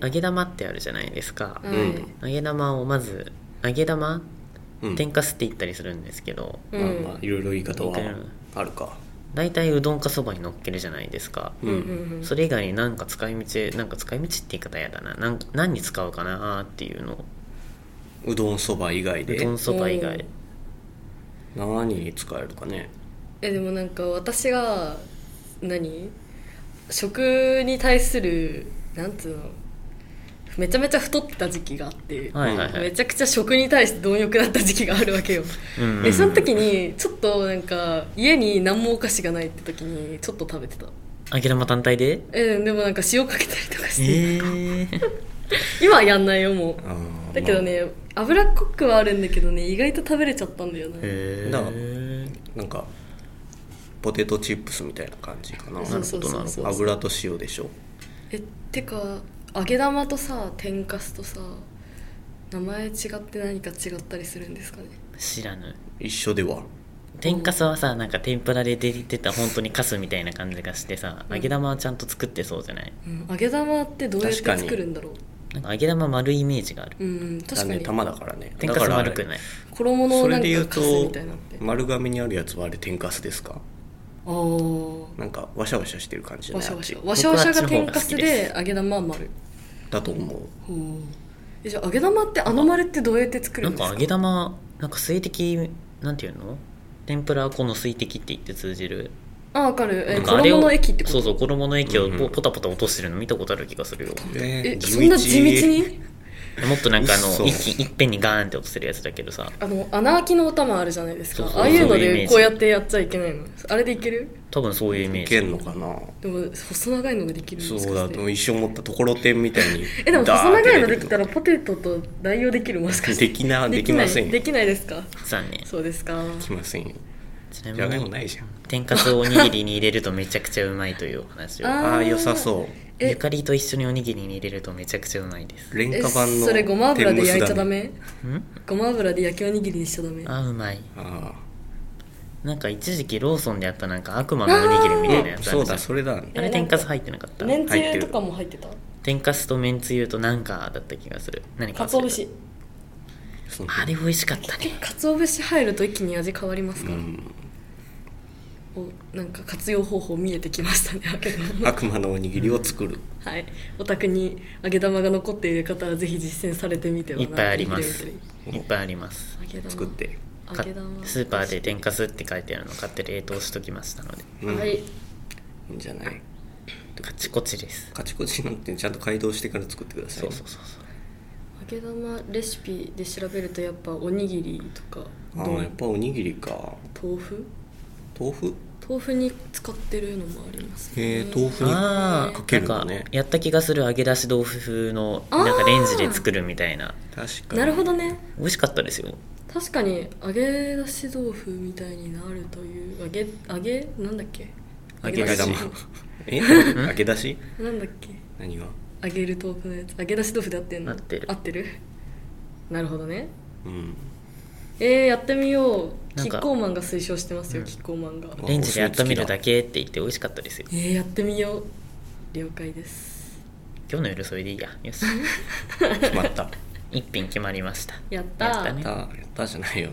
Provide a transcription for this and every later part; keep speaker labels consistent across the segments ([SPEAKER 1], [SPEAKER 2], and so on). [SPEAKER 1] 揚げ玉ってあるじゃないですか、
[SPEAKER 2] は
[SPEAKER 3] う
[SPEAKER 2] い
[SPEAKER 3] ん
[SPEAKER 1] 揚げ玉をまず揚げ玉
[SPEAKER 3] うん
[SPEAKER 1] 天かすって言ったりするんですけど、
[SPEAKER 2] う
[SPEAKER 3] まあ
[SPEAKER 2] ん
[SPEAKER 3] まあいろいろ言い方は
[SPEAKER 1] 似てる
[SPEAKER 3] あるか
[SPEAKER 1] 大体うどんかそばに乗っけるじゃないですか、
[SPEAKER 2] うんうん
[SPEAKER 1] それ以外になんか使い道なんか使い道って言い方やだななん何に使うかなっていうのを
[SPEAKER 3] うどんそば以外
[SPEAKER 1] う
[SPEAKER 3] で
[SPEAKER 1] どんそば以
[SPEAKER 2] う
[SPEAKER 1] 外
[SPEAKER 2] ん
[SPEAKER 3] 何に使えるかね
[SPEAKER 2] えでもなんか私が何食に対するなんつうのめちゃめちゃ太ってた時期があって、
[SPEAKER 1] はいはいは
[SPEAKER 2] め
[SPEAKER 1] い、
[SPEAKER 2] ちゃくちゃ食に対して貪欲だった時期があるわけよ、
[SPEAKER 1] うん
[SPEAKER 2] えその時にちょっとなんか家に何もお菓子がないって時にちょっと食べてた
[SPEAKER 1] 揚げ玉単体で
[SPEAKER 2] えでもなんか塩かけたりとかして、
[SPEAKER 1] えー、
[SPEAKER 2] 今はやんないよもう
[SPEAKER 3] あー
[SPEAKER 2] だけどね、脂っこくはあるんだけどね意外と食べれちゃったんだよな、
[SPEAKER 1] へ
[SPEAKER 3] だから
[SPEAKER 1] ー
[SPEAKER 3] まあなんかポテトチップスみたいな感じかな
[SPEAKER 2] そうそうそうそう
[SPEAKER 3] 油と塩でしょ
[SPEAKER 2] えてか揚げ玉とさ天かすとさ名前違って何か違ったりするんですかね
[SPEAKER 1] 知らぬ
[SPEAKER 3] 一緒では
[SPEAKER 1] 天かすはさなんか天ぷらで出てた本当にかすみたいな感じがしてさ
[SPEAKER 2] うん
[SPEAKER 1] 揚げ玉はちゃんと作ってそうじゃない
[SPEAKER 2] うん揚げ玉ってどうやって
[SPEAKER 3] 確かに
[SPEAKER 2] 作るんだろう
[SPEAKER 1] なんか揚げ玉丸いイメージがある
[SPEAKER 2] うん確か
[SPEAKER 3] だね
[SPEAKER 2] に
[SPEAKER 3] 玉だからね
[SPEAKER 1] 天かす丸く
[SPEAKER 3] い
[SPEAKER 1] ない
[SPEAKER 2] 衣
[SPEAKER 3] そ
[SPEAKER 2] のな
[SPEAKER 3] れで言
[SPEAKER 2] ん
[SPEAKER 3] う
[SPEAKER 2] かカ
[SPEAKER 3] と
[SPEAKER 2] スみたいなのってあ
[SPEAKER 3] 丸亀にあるやつはあれ天かすですか
[SPEAKER 2] あー
[SPEAKER 3] なんかわしゃわしゃしてる感じじゃ
[SPEAKER 2] わ
[SPEAKER 3] ない
[SPEAKER 2] しゃわしゃ
[SPEAKER 3] あっ
[SPEAKER 2] わしゃわしゃが天
[SPEAKER 1] 僕は
[SPEAKER 2] か
[SPEAKER 1] あっち
[SPEAKER 2] す
[SPEAKER 1] の方が好きで
[SPEAKER 2] で揚げ玉は丸
[SPEAKER 3] ちだと思う
[SPEAKER 2] ほうえじゃあ揚げ玉ってあの丸ってどうやって作
[SPEAKER 1] な
[SPEAKER 2] るん
[SPEAKER 1] ん
[SPEAKER 2] ですか
[SPEAKER 1] か揚げ玉なんか水滴なんていうの天ぷらはこの水滴って言って通じる
[SPEAKER 2] あわかるえ
[SPEAKER 1] なんかあれを
[SPEAKER 2] 衣の液ってこと
[SPEAKER 1] そうそう衣の液を
[SPEAKER 3] うんう
[SPEAKER 1] ポ
[SPEAKER 3] ん
[SPEAKER 1] ポタポタ落としてるの見たことある気がするよ
[SPEAKER 2] え
[SPEAKER 3] え
[SPEAKER 2] そんな地道に
[SPEAKER 1] もっとなんかあ
[SPEAKER 3] 嘘
[SPEAKER 1] の一気いっぺんにガーンって落とせるやつだけどさ
[SPEAKER 2] あの穴開きのお玉あるじゃないですか
[SPEAKER 1] そうそう
[SPEAKER 2] ああいうの
[SPEAKER 1] そういうイメ
[SPEAKER 2] で
[SPEAKER 1] ージ
[SPEAKER 2] こうやってやっちゃいけないのあれでいける
[SPEAKER 1] 多分そういうイメー
[SPEAKER 3] い
[SPEAKER 1] ジ
[SPEAKER 3] けんのかな
[SPEAKER 2] でも細長いのができるんです
[SPEAKER 3] そう
[SPEAKER 2] か
[SPEAKER 3] だと一瞬思ったところてんみたいに
[SPEAKER 2] えでも細
[SPEAKER 3] ダーっ
[SPEAKER 2] 長い
[SPEAKER 3] て出
[SPEAKER 2] の
[SPEAKER 3] て
[SPEAKER 2] で
[SPEAKER 3] く
[SPEAKER 2] き
[SPEAKER 3] る
[SPEAKER 2] たらポテトと代用できるもしかして
[SPEAKER 3] できなできませんよ
[SPEAKER 2] できないできないですか
[SPEAKER 1] さあね
[SPEAKER 2] そうですか
[SPEAKER 3] きませんよ
[SPEAKER 1] ちな
[SPEAKER 3] じゃが
[SPEAKER 1] み
[SPEAKER 3] いも
[SPEAKER 1] に
[SPEAKER 3] ないじゃん
[SPEAKER 1] 天かすをおにぎりに入れるとめちゃくちゃうまいというお話を
[SPEAKER 2] あー
[SPEAKER 3] ああ良さそう
[SPEAKER 2] え
[SPEAKER 1] ゆかりと一緒におにぎりに入れるとめちゃくちゃうまいです
[SPEAKER 3] 廉
[SPEAKER 2] え
[SPEAKER 3] 価版の
[SPEAKER 2] それごま油で焼いちゃダ
[SPEAKER 3] 天む
[SPEAKER 2] メ
[SPEAKER 1] ん
[SPEAKER 2] ごま油で焼きおにぎりにしちゃダメ
[SPEAKER 1] あーうまい
[SPEAKER 3] すだねあ
[SPEAKER 1] なんか一時期ローソンでやったなんか悪魔のおにぎりみたいなや
[SPEAKER 3] あ
[SPEAKER 1] つあ
[SPEAKER 3] そう
[SPEAKER 1] るじゃ
[SPEAKER 3] だ
[SPEAKER 1] ん
[SPEAKER 3] それ
[SPEAKER 1] あ
[SPEAKER 3] だ
[SPEAKER 1] れ天かす入ってなかった
[SPEAKER 2] めんつ
[SPEAKER 3] 入って
[SPEAKER 2] ゆ
[SPEAKER 3] る
[SPEAKER 2] とかも入ってた
[SPEAKER 1] 天かすとめんつゆとなんかだった気がする何か
[SPEAKER 2] か
[SPEAKER 1] 忘れた
[SPEAKER 2] つお節
[SPEAKER 3] その
[SPEAKER 1] あれ美味しかったね
[SPEAKER 2] かつお節入ると一気に味変わります
[SPEAKER 3] う
[SPEAKER 2] から、
[SPEAKER 3] ん
[SPEAKER 2] おなんか活用方法見えてきましたね揚げ 玉
[SPEAKER 3] 悪魔のおにぎりを作る
[SPEAKER 2] はいお宅に揚げ玉が残っている方はぜひ実践されてみてはない
[SPEAKER 1] っぱいあります
[SPEAKER 2] 揚
[SPEAKER 1] いっぱいあります
[SPEAKER 2] げ玉
[SPEAKER 3] 作って
[SPEAKER 2] 揚げ玉
[SPEAKER 1] かスーパーで天かすって書いてあるの買って冷凍しときましたので
[SPEAKER 3] うん
[SPEAKER 2] はいい
[SPEAKER 3] いんじゃない
[SPEAKER 1] カチコチです
[SPEAKER 3] カチコチなんてちゃんと解凍してから作ってください
[SPEAKER 1] そ
[SPEAKER 3] ね
[SPEAKER 1] うそうそうそう
[SPEAKER 2] 揚げ玉レシピで調べるとやっぱおにぎりとか
[SPEAKER 3] あ
[SPEAKER 2] ど
[SPEAKER 3] ー
[SPEAKER 2] う
[SPEAKER 3] やっぱおにぎりか
[SPEAKER 2] 豆腐
[SPEAKER 3] 豆腐
[SPEAKER 2] 豆腐に使ってるのもあります
[SPEAKER 3] へー豆腐に
[SPEAKER 1] あ
[SPEAKER 3] か
[SPEAKER 1] あ
[SPEAKER 3] け
[SPEAKER 1] な
[SPEAKER 3] る
[SPEAKER 1] ん
[SPEAKER 3] の
[SPEAKER 1] か
[SPEAKER 3] ね
[SPEAKER 1] やった気がする揚げ出し豆腐風の
[SPEAKER 2] あー
[SPEAKER 1] なんかレンジで作るみたいな
[SPEAKER 3] 確かに
[SPEAKER 2] なるほどね
[SPEAKER 1] 美味しかったですよ
[SPEAKER 2] 確かに揚げ出し豆腐みたいになるという揚げ揚げなんだっけ
[SPEAKER 3] 揚げ
[SPEAKER 2] 出
[SPEAKER 3] 出
[SPEAKER 2] し
[SPEAKER 3] しえ揚げ出し
[SPEAKER 2] なんだっけ
[SPEAKER 3] 何が
[SPEAKER 2] 揚げる豆腐のやつ揚げ出し豆腐で合ってんの
[SPEAKER 1] 合ってる
[SPEAKER 2] 合ってるなるほどね
[SPEAKER 3] うん
[SPEAKER 2] えー、やってみよう
[SPEAKER 1] なん
[SPEAKER 2] キ
[SPEAKER 1] か
[SPEAKER 2] ッコーマンが推奨してますよ、
[SPEAKER 1] うん
[SPEAKER 2] キッコーマンが
[SPEAKER 3] あ
[SPEAKER 1] レンジで温めるだけって言って美味しかったですよ
[SPEAKER 2] えー、やってみよう了解です
[SPEAKER 1] 今日の夜それでいいやよし
[SPEAKER 3] 決まった
[SPEAKER 1] 一品決まりました
[SPEAKER 2] やった
[SPEAKER 1] やった
[SPEAKER 3] やっ
[SPEAKER 1] ね
[SPEAKER 3] たやったじゃないよ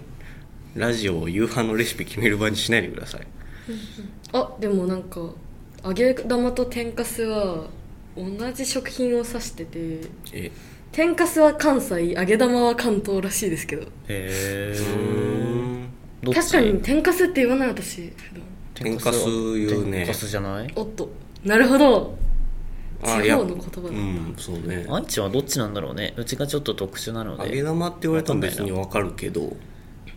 [SPEAKER 3] ラジオを夕飯のレシピ決める場にしないでください
[SPEAKER 2] あでもなんか揚げ玉と天かすは同じ食品を指してて
[SPEAKER 3] え
[SPEAKER 2] 天かすは関西揚げ玉は関東らしいですけど
[SPEAKER 1] へ
[SPEAKER 3] うーん
[SPEAKER 1] どっち
[SPEAKER 2] 確かに天かすって言わない私普段
[SPEAKER 3] 天かす言うね
[SPEAKER 1] 天かすじゃない
[SPEAKER 2] おっとなるほど
[SPEAKER 3] あ
[SPEAKER 2] 地
[SPEAKER 3] や
[SPEAKER 2] 方の言葉だ
[SPEAKER 3] うんそうね
[SPEAKER 1] 愛知はどっちなんだろうねうちがちょっと特殊なの
[SPEAKER 3] 揚げ
[SPEAKER 1] で
[SPEAKER 3] 玉って言われたら別にわかるけど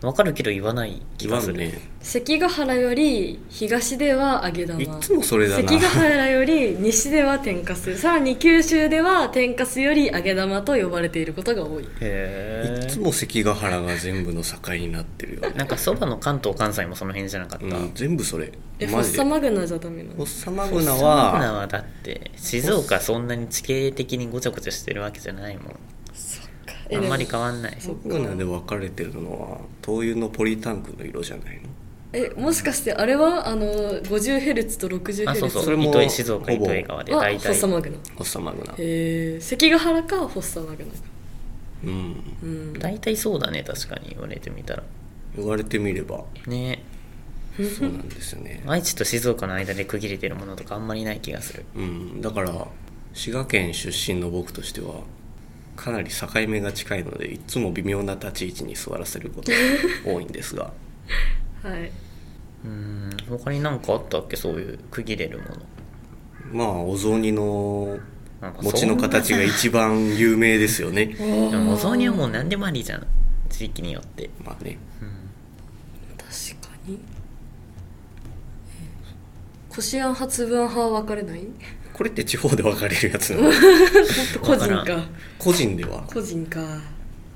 [SPEAKER 1] わかるけど言わない気
[SPEAKER 3] 言わ
[SPEAKER 1] がす
[SPEAKER 3] ん
[SPEAKER 1] る
[SPEAKER 3] ね
[SPEAKER 2] 関ヶ原より東では揚げ玉
[SPEAKER 3] いつもそれだな
[SPEAKER 2] 関ヶ原より西では天かすさらに九州では天かすより揚げ玉と呼ばれていることが多い
[SPEAKER 1] へ
[SPEAKER 3] いつ
[SPEAKER 1] え
[SPEAKER 3] も関ヶ原が全部の境になってるよね
[SPEAKER 1] なんかそばの関東関西もその辺じゃなかった、
[SPEAKER 3] うん全部それ
[SPEAKER 2] えフォ
[SPEAKER 3] マ
[SPEAKER 2] ッ
[SPEAKER 3] ジ
[SPEAKER 2] サ
[SPEAKER 3] でフォ
[SPEAKER 2] マグナじゃダメなの
[SPEAKER 3] ッサマグ
[SPEAKER 1] そ
[SPEAKER 3] ナ
[SPEAKER 1] んな
[SPEAKER 3] は
[SPEAKER 1] はだって静岡そんなに地形的にごちゃごちゃしてるわけじゃないもん
[SPEAKER 2] え
[SPEAKER 1] あんまり
[SPEAKER 2] でも
[SPEAKER 1] 変わんない
[SPEAKER 3] サマグナで分かれてるのは灯油のポリタンクの色じゃないの
[SPEAKER 2] えもしかしてあれはあの 50Hz と 60Hz
[SPEAKER 1] あそうそう
[SPEAKER 3] それも
[SPEAKER 1] 糸井静岡糸井川で
[SPEAKER 2] は
[SPEAKER 1] 大
[SPEAKER 2] フォッ
[SPEAKER 1] 体
[SPEAKER 2] サマグナ
[SPEAKER 3] ホッサマグナ
[SPEAKER 2] へえ関ヶ原かフォッサマグナか
[SPEAKER 3] うん
[SPEAKER 2] うん
[SPEAKER 1] 大体そうだね確かに言われてみたら
[SPEAKER 3] 言われてみれば
[SPEAKER 1] ね
[SPEAKER 3] そうなんですよね
[SPEAKER 1] 愛知と静岡の間で区切れてるものとかあんまりない気がする
[SPEAKER 3] うんだから滋賀県出身の僕としてはかなり境目が近いのでいつも微妙な立ち位置に座らせることが多いんですが
[SPEAKER 2] はい、
[SPEAKER 1] うん他に何かあったっけそういう区切れるもの
[SPEAKER 3] まあお雑煮の
[SPEAKER 1] なんかそんな
[SPEAKER 3] 餅の形が一番有名ですよね
[SPEAKER 1] でもお雑煮はもう何でもありじゃん地域によって
[SPEAKER 3] まあね
[SPEAKER 1] うん
[SPEAKER 2] 確かにこしあん派粒あん派は分かれない
[SPEAKER 3] これって地方で分かれるやつなの
[SPEAKER 2] 個
[SPEAKER 1] 分
[SPEAKER 2] 人
[SPEAKER 1] から
[SPEAKER 2] か
[SPEAKER 3] 個人では
[SPEAKER 2] 個人か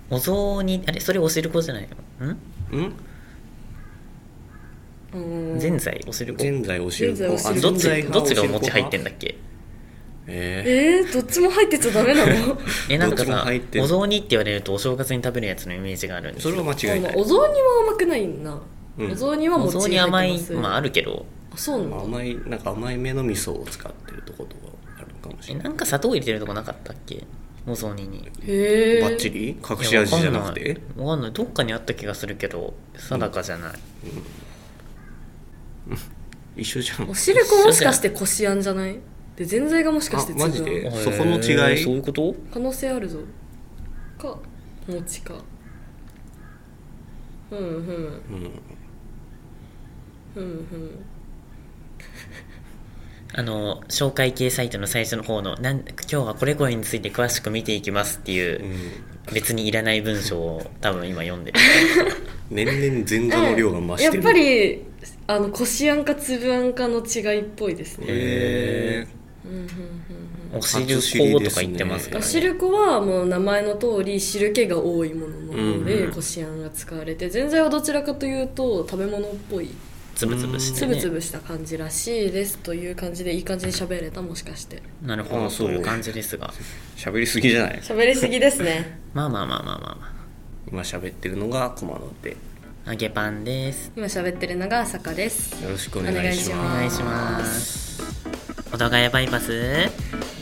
[SPEAKER 1] お雑煮あれそれお汁粉じゃないのん
[SPEAKER 3] うん
[SPEAKER 2] うん
[SPEAKER 1] ぜんざいお汁粉
[SPEAKER 3] ぜんざいお汁粉
[SPEAKER 2] ぜんざいお汁粉
[SPEAKER 3] あ
[SPEAKER 1] どっ
[SPEAKER 3] ぜんざい
[SPEAKER 1] ちどっちがお餅入ってんだ
[SPEAKER 3] っ
[SPEAKER 1] っけ
[SPEAKER 3] え
[SPEAKER 2] えー、どっちも入ってちゃダメ なの
[SPEAKER 1] えなんか
[SPEAKER 3] どっちも
[SPEAKER 1] さ
[SPEAKER 3] 入ってる
[SPEAKER 1] お雑煮って言われるとお正月に食べるやつのイメージがあるん
[SPEAKER 3] ー、
[SPEAKER 1] です
[SPEAKER 3] そ
[SPEAKER 1] よ
[SPEAKER 3] れは間違い
[SPEAKER 2] ま
[SPEAKER 3] な
[SPEAKER 2] あ
[SPEAKER 3] い
[SPEAKER 2] お雑煮は甘くないな、
[SPEAKER 3] うん
[SPEAKER 2] お雑煮は
[SPEAKER 1] お
[SPEAKER 2] 餅
[SPEAKER 1] 雑
[SPEAKER 2] 入
[SPEAKER 1] 煮
[SPEAKER 2] ってま
[SPEAKER 1] 甘
[SPEAKER 2] す
[SPEAKER 1] いまああるけど
[SPEAKER 2] あそうなんだ
[SPEAKER 3] 甘いなんか甘いめの味噌を使ってるとことかあるかもし
[SPEAKER 1] え
[SPEAKER 3] れない
[SPEAKER 1] なんか砂糖入れてるとこなかったっけお雑煮に
[SPEAKER 2] へえ
[SPEAKER 3] バッチリ隠し味じゃなくて
[SPEAKER 1] わかんないどっかにあった気がするけど定かじゃない、
[SPEAKER 3] 一緒じゃん
[SPEAKER 2] おしるこもしかしてこしあんじゃないでぜんざいがもしかして
[SPEAKER 3] あマジ
[SPEAKER 2] 粒あん
[SPEAKER 3] で
[SPEAKER 1] へー
[SPEAKER 3] そこの違い
[SPEAKER 1] そういうこと
[SPEAKER 2] 可能性あるぞか餅かうんうん
[SPEAKER 3] うん
[SPEAKER 2] うんうん
[SPEAKER 1] あの紹介系サイトの最初の方のなん今日はこれこれについて詳しく見ていきますっていう、別にいらない文章 を多分今読んでる
[SPEAKER 3] 年々前座の量が増し
[SPEAKER 2] や
[SPEAKER 3] て
[SPEAKER 2] っ
[SPEAKER 3] る
[SPEAKER 2] ぱりあのこしあんか粒あんかの違いっぽいですね
[SPEAKER 3] へ
[SPEAKER 1] お汁粉とか言ってますか
[SPEAKER 2] お
[SPEAKER 1] ら
[SPEAKER 2] し
[SPEAKER 1] ね
[SPEAKER 2] るこはもう名前の通り汁気が多いものの方
[SPEAKER 3] うんう
[SPEAKER 2] で
[SPEAKER 3] ん
[SPEAKER 2] こしあんが使われてぜんざいはどちらかというと食べ物っぽい
[SPEAKER 1] つぶつぶして
[SPEAKER 2] つ
[SPEAKER 1] ね
[SPEAKER 2] ぶつぶした感じらしいですという感じでいい感じに喋れたもしかして
[SPEAKER 1] なるほ
[SPEAKER 3] あ
[SPEAKER 1] ど
[SPEAKER 3] あそ
[SPEAKER 1] そうういう感じですが
[SPEAKER 3] ー喋りすぎじゃない
[SPEAKER 2] 喋りすぎですね
[SPEAKER 1] まあまあまあまあまあ、ま
[SPEAKER 3] 今喋ってるのが駒野でよ
[SPEAKER 1] あ、揚げパンです
[SPEAKER 2] 今喋ってるのが坂です
[SPEAKER 3] ろしくお願いし
[SPEAKER 1] お
[SPEAKER 3] ま
[SPEAKER 1] 願いしますお互いバイパス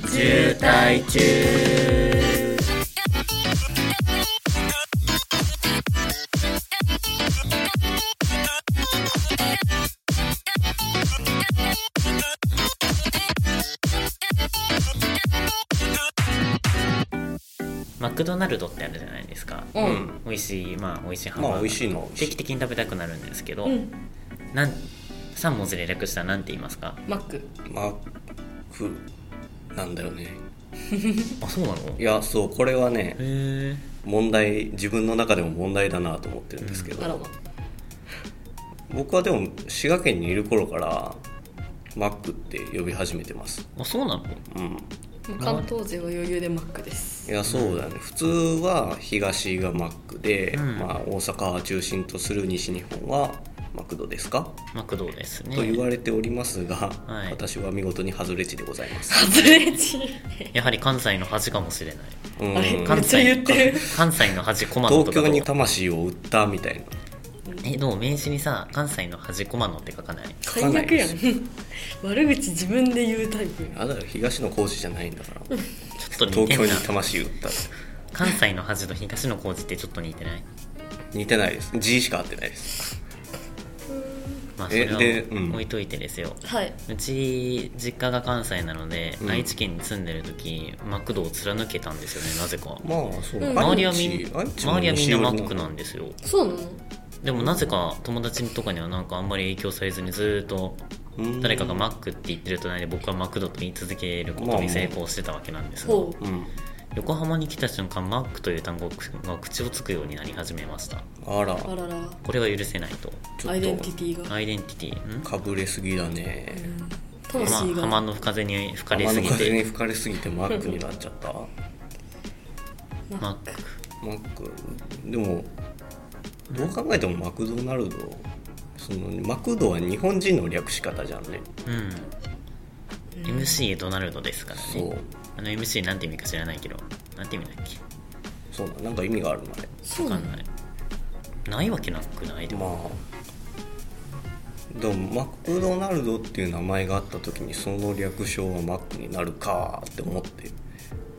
[SPEAKER 3] す渋滞中
[SPEAKER 1] マクドナルドってあるじゃないですか
[SPEAKER 2] うん、
[SPEAKER 1] 美味しいまあ美味しいハンバー
[SPEAKER 3] ま
[SPEAKER 1] ガ
[SPEAKER 3] あ
[SPEAKER 1] ー
[SPEAKER 3] 美味しいの
[SPEAKER 1] 定期的に食べたくなるんですけど、
[SPEAKER 2] うん
[SPEAKER 1] なん3文字連絡したら何て言いますか
[SPEAKER 2] マック
[SPEAKER 3] マックなんだよね
[SPEAKER 1] あそうなの
[SPEAKER 3] いやそうこれはね
[SPEAKER 1] へ
[SPEAKER 3] 問題自分の中でも問題だなと思ってるんですけど、
[SPEAKER 2] アロマ
[SPEAKER 3] 僕はでも滋賀県にいる頃からマックって呼び始めてます
[SPEAKER 1] あそうなの
[SPEAKER 3] うん
[SPEAKER 2] もう関東勢は余裕でマックです
[SPEAKER 3] いやそうだね、普通は東がマックで、
[SPEAKER 1] うん
[SPEAKER 3] まあ、大阪を中心とする西日本はマクドですか、
[SPEAKER 1] マクドですね
[SPEAKER 3] と言われておりますが、
[SPEAKER 1] はい
[SPEAKER 3] 私は見事にハズレ値でござい ます、
[SPEAKER 2] 外れ値
[SPEAKER 1] やはり関西の恥かもしれない
[SPEAKER 3] うん
[SPEAKER 2] あれ
[SPEAKER 1] 関
[SPEAKER 2] めっちゃ
[SPEAKER 1] 西
[SPEAKER 2] 言ってる
[SPEAKER 1] 関西の恥駒野とか
[SPEAKER 3] 東京
[SPEAKER 1] どう
[SPEAKER 3] に魂を売ったみたいな
[SPEAKER 1] えどう名刺にさ関西の恥駒野って書かない
[SPEAKER 2] 最悪やん悪口自分で言うタイプ
[SPEAKER 3] あだから東の工事じゃないんだか
[SPEAKER 1] ちょ
[SPEAKER 3] ら
[SPEAKER 1] っと似
[SPEAKER 3] 東
[SPEAKER 1] て
[SPEAKER 3] 京
[SPEAKER 1] ん
[SPEAKER 3] に
[SPEAKER 1] な
[SPEAKER 3] 魂売った
[SPEAKER 1] 関西の恥と東の麹ってちょっと似てない
[SPEAKER 3] 似てないです字しか合ってないです
[SPEAKER 1] まあそ
[SPEAKER 3] え
[SPEAKER 1] れは
[SPEAKER 3] でうん
[SPEAKER 1] 置いといてですよ、
[SPEAKER 2] はいう
[SPEAKER 1] ち実家が関西なので、
[SPEAKER 3] うん
[SPEAKER 1] 愛知県に住んでる時マクドを貫けたんですよねなぜか
[SPEAKER 3] まあそう、
[SPEAKER 2] うん
[SPEAKER 1] 周りは
[SPEAKER 3] 愛
[SPEAKER 1] み
[SPEAKER 3] 知
[SPEAKER 1] ん
[SPEAKER 3] 愛知も
[SPEAKER 1] 周りはみんなマック
[SPEAKER 3] 西寄り
[SPEAKER 1] なんですよ
[SPEAKER 2] そうなの
[SPEAKER 1] でもなぜか友達とかにはなんかあんまり影響されずにずーっと
[SPEAKER 3] うん
[SPEAKER 1] 誰かがマックって言ってる隣で僕はマクドと言い続けることに成功してたわけなんですが
[SPEAKER 2] ほう
[SPEAKER 3] うん
[SPEAKER 1] 横浜に来た瞬間マックという単語が口をつくようになり始めました
[SPEAKER 3] あら
[SPEAKER 2] あらら
[SPEAKER 1] これは許せないと
[SPEAKER 3] ち
[SPEAKER 2] アイ
[SPEAKER 3] ょ
[SPEAKER 2] デ
[SPEAKER 3] っ
[SPEAKER 2] ンティ
[SPEAKER 3] と
[SPEAKER 2] ティが
[SPEAKER 1] アイデンティティん
[SPEAKER 3] かぶれすぎだね、
[SPEAKER 2] 魂
[SPEAKER 1] 浜
[SPEAKER 2] が、
[SPEAKER 1] 浜の風に吹かれ
[SPEAKER 3] 天
[SPEAKER 1] す
[SPEAKER 3] の
[SPEAKER 1] ぎ
[SPEAKER 3] 風に
[SPEAKER 1] て
[SPEAKER 3] 吹かれすぎてマックになっちゃった
[SPEAKER 1] マック
[SPEAKER 3] マックでもどう考えてもマクドナルドそのマクドは日本人の略し方じゃんね
[SPEAKER 1] うん、MC ドナルドですから
[SPEAKER 3] そう
[SPEAKER 1] ねあの MC なんて意味か知らないけどなんて意味だっけ
[SPEAKER 3] そうだなんか意味があるのあれ
[SPEAKER 2] そう
[SPEAKER 1] わ
[SPEAKER 2] な
[SPEAKER 1] か
[SPEAKER 2] の
[SPEAKER 1] んないないわけなくないでも
[SPEAKER 3] まあでもマクドナルドっていう名前があった時にその略称はマックになるかって思って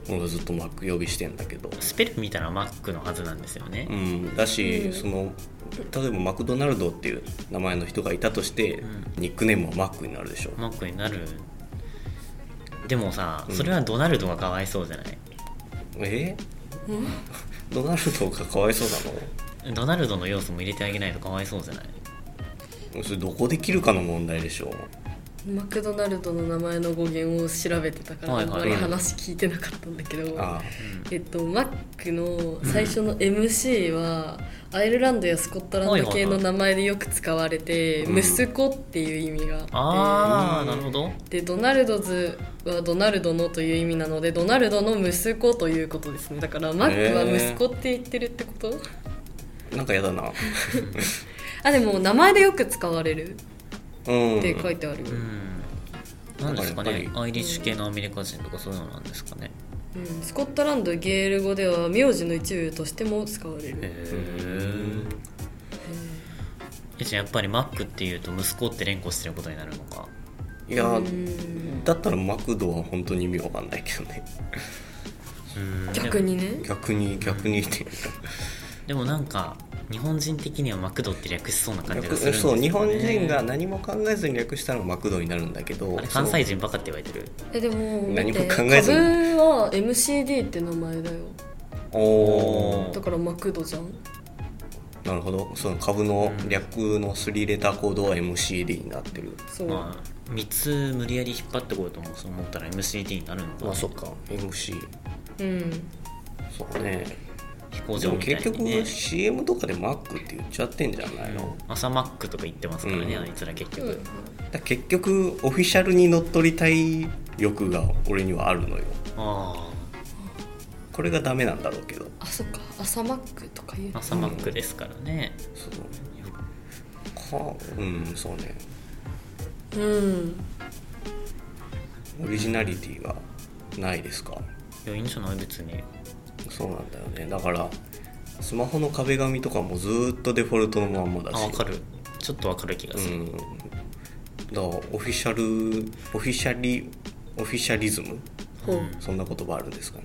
[SPEAKER 3] 俺はずっとマック呼びしてんだけど
[SPEAKER 1] スペル見たらマックのはずなんですよね
[SPEAKER 3] う、んだし、
[SPEAKER 2] うん
[SPEAKER 3] その例えばマクドナルドっていう名前の人がいたとして、ニックネームはマックになるでしょ
[SPEAKER 1] マックになるでもさ
[SPEAKER 3] うん
[SPEAKER 1] それはドナルドがかわいそうじゃない、
[SPEAKER 3] えー ドナルドがかわいそう
[SPEAKER 1] ドナルドの要素も入れてあげないとかわいそうじゃない
[SPEAKER 3] なのそれどこで切るかの問題でしょ
[SPEAKER 2] マクドナルドの名前の語源を調べてたから
[SPEAKER 1] は
[SPEAKER 2] あ
[SPEAKER 1] い
[SPEAKER 2] ん
[SPEAKER 1] はい
[SPEAKER 2] ま
[SPEAKER 1] はい
[SPEAKER 2] り話聞いてなかったんだけど、
[SPEAKER 3] ああ
[SPEAKER 2] えっと、マックの最初の MC は、アイルランドやスコットランド系の名前でよく使われて、
[SPEAKER 3] うん
[SPEAKER 2] 息子っていう意味があって
[SPEAKER 1] ああなるほど
[SPEAKER 2] でドナルドズはドナルドのという意味なのでドナルドの息子ということですねだからマックは息子って言ってるってこと、
[SPEAKER 3] なんかやだ な
[SPEAKER 2] あでも名前でよく使われる
[SPEAKER 3] うん
[SPEAKER 2] って書いてある、う
[SPEAKER 1] うんんなんですか
[SPEAKER 3] だからや
[SPEAKER 1] ね
[SPEAKER 3] っぱ
[SPEAKER 1] アイリッシュ系のアメリカ人とかそういうのなんですかね
[SPEAKER 2] スコットランドゲール語では名字の一部としても使われる
[SPEAKER 1] へ
[SPEAKER 3] うん
[SPEAKER 1] えじゃあやっぱりマックっていうと息子って連呼してることになるのか
[SPEAKER 3] いや
[SPEAKER 2] うん
[SPEAKER 3] だったらマクドは本当に意味わかんないけどね
[SPEAKER 1] うん
[SPEAKER 2] 逆にね
[SPEAKER 3] 逆に逆にっていうか
[SPEAKER 1] でもなんか日本人的にはマクドって略しそうな感じが
[SPEAKER 3] 略
[SPEAKER 1] するんですよ、
[SPEAKER 3] そう
[SPEAKER 1] ね、
[SPEAKER 3] 日本人が何も考えずに略したのがマクドになるんだけど
[SPEAKER 1] あれ関西人バカって言われてる
[SPEAKER 2] えでも
[SPEAKER 3] 何
[SPEAKER 2] 見
[SPEAKER 3] も
[SPEAKER 2] て
[SPEAKER 3] 考
[SPEAKER 2] 株
[SPEAKER 3] えずに
[SPEAKER 2] は MCD って名前だよ
[SPEAKER 3] お
[SPEAKER 1] う
[SPEAKER 3] お
[SPEAKER 1] ん
[SPEAKER 2] だからマクドじゃん
[SPEAKER 3] なるほどその株の略のすり入れたコードは MCD になってる
[SPEAKER 2] そう、
[SPEAKER 1] まあ3つ無理やり引っ張ってこようと思うそう思ったら MCD になるのか、
[SPEAKER 3] まあそっか MC
[SPEAKER 2] うん
[SPEAKER 3] そうね
[SPEAKER 1] 飛行
[SPEAKER 3] で
[SPEAKER 1] 場
[SPEAKER 3] も
[SPEAKER 1] みたい
[SPEAKER 3] 結
[SPEAKER 1] に、
[SPEAKER 3] 局
[SPEAKER 1] ね、
[SPEAKER 3] CM とかでマックって言っちゃってんじゃないの、
[SPEAKER 1] 朝マックとか言ってますからね、
[SPEAKER 3] うん
[SPEAKER 1] あいつら結
[SPEAKER 2] うん
[SPEAKER 1] 局、
[SPEAKER 3] だから結局オフィシャルに乗っ取りたい欲が俺にはあるのよ
[SPEAKER 1] あ
[SPEAKER 3] これがダメなんだろうけど
[SPEAKER 2] あそっか朝マックとか言う
[SPEAKER 1] あ朝マックですからね、
[SPEAKER 3] そのかうんそうね
[SPEAKER 2] うん
[SPEAKER 3] オリジナリティがないですか
[SPEAKER 1] いやいいんじゃない別に
[SPEAKER 3] そうなんだよねだからスマホの壁紙とかもずーっとデフォルトのまんまだ
[SPEAKER 1] あ
[SPEAKER 3] し
[SPEAKER 1] 分かるちょっと分かる気が
[SPEAKER 3] う
[SPEAKER 1] する、
[SPEAKER 3] んだからオフィシャルオフィシャリオフィシャリズム
[SPEAKER 2] ほう
[SPEAKER 3] そんな言葉あるんですかね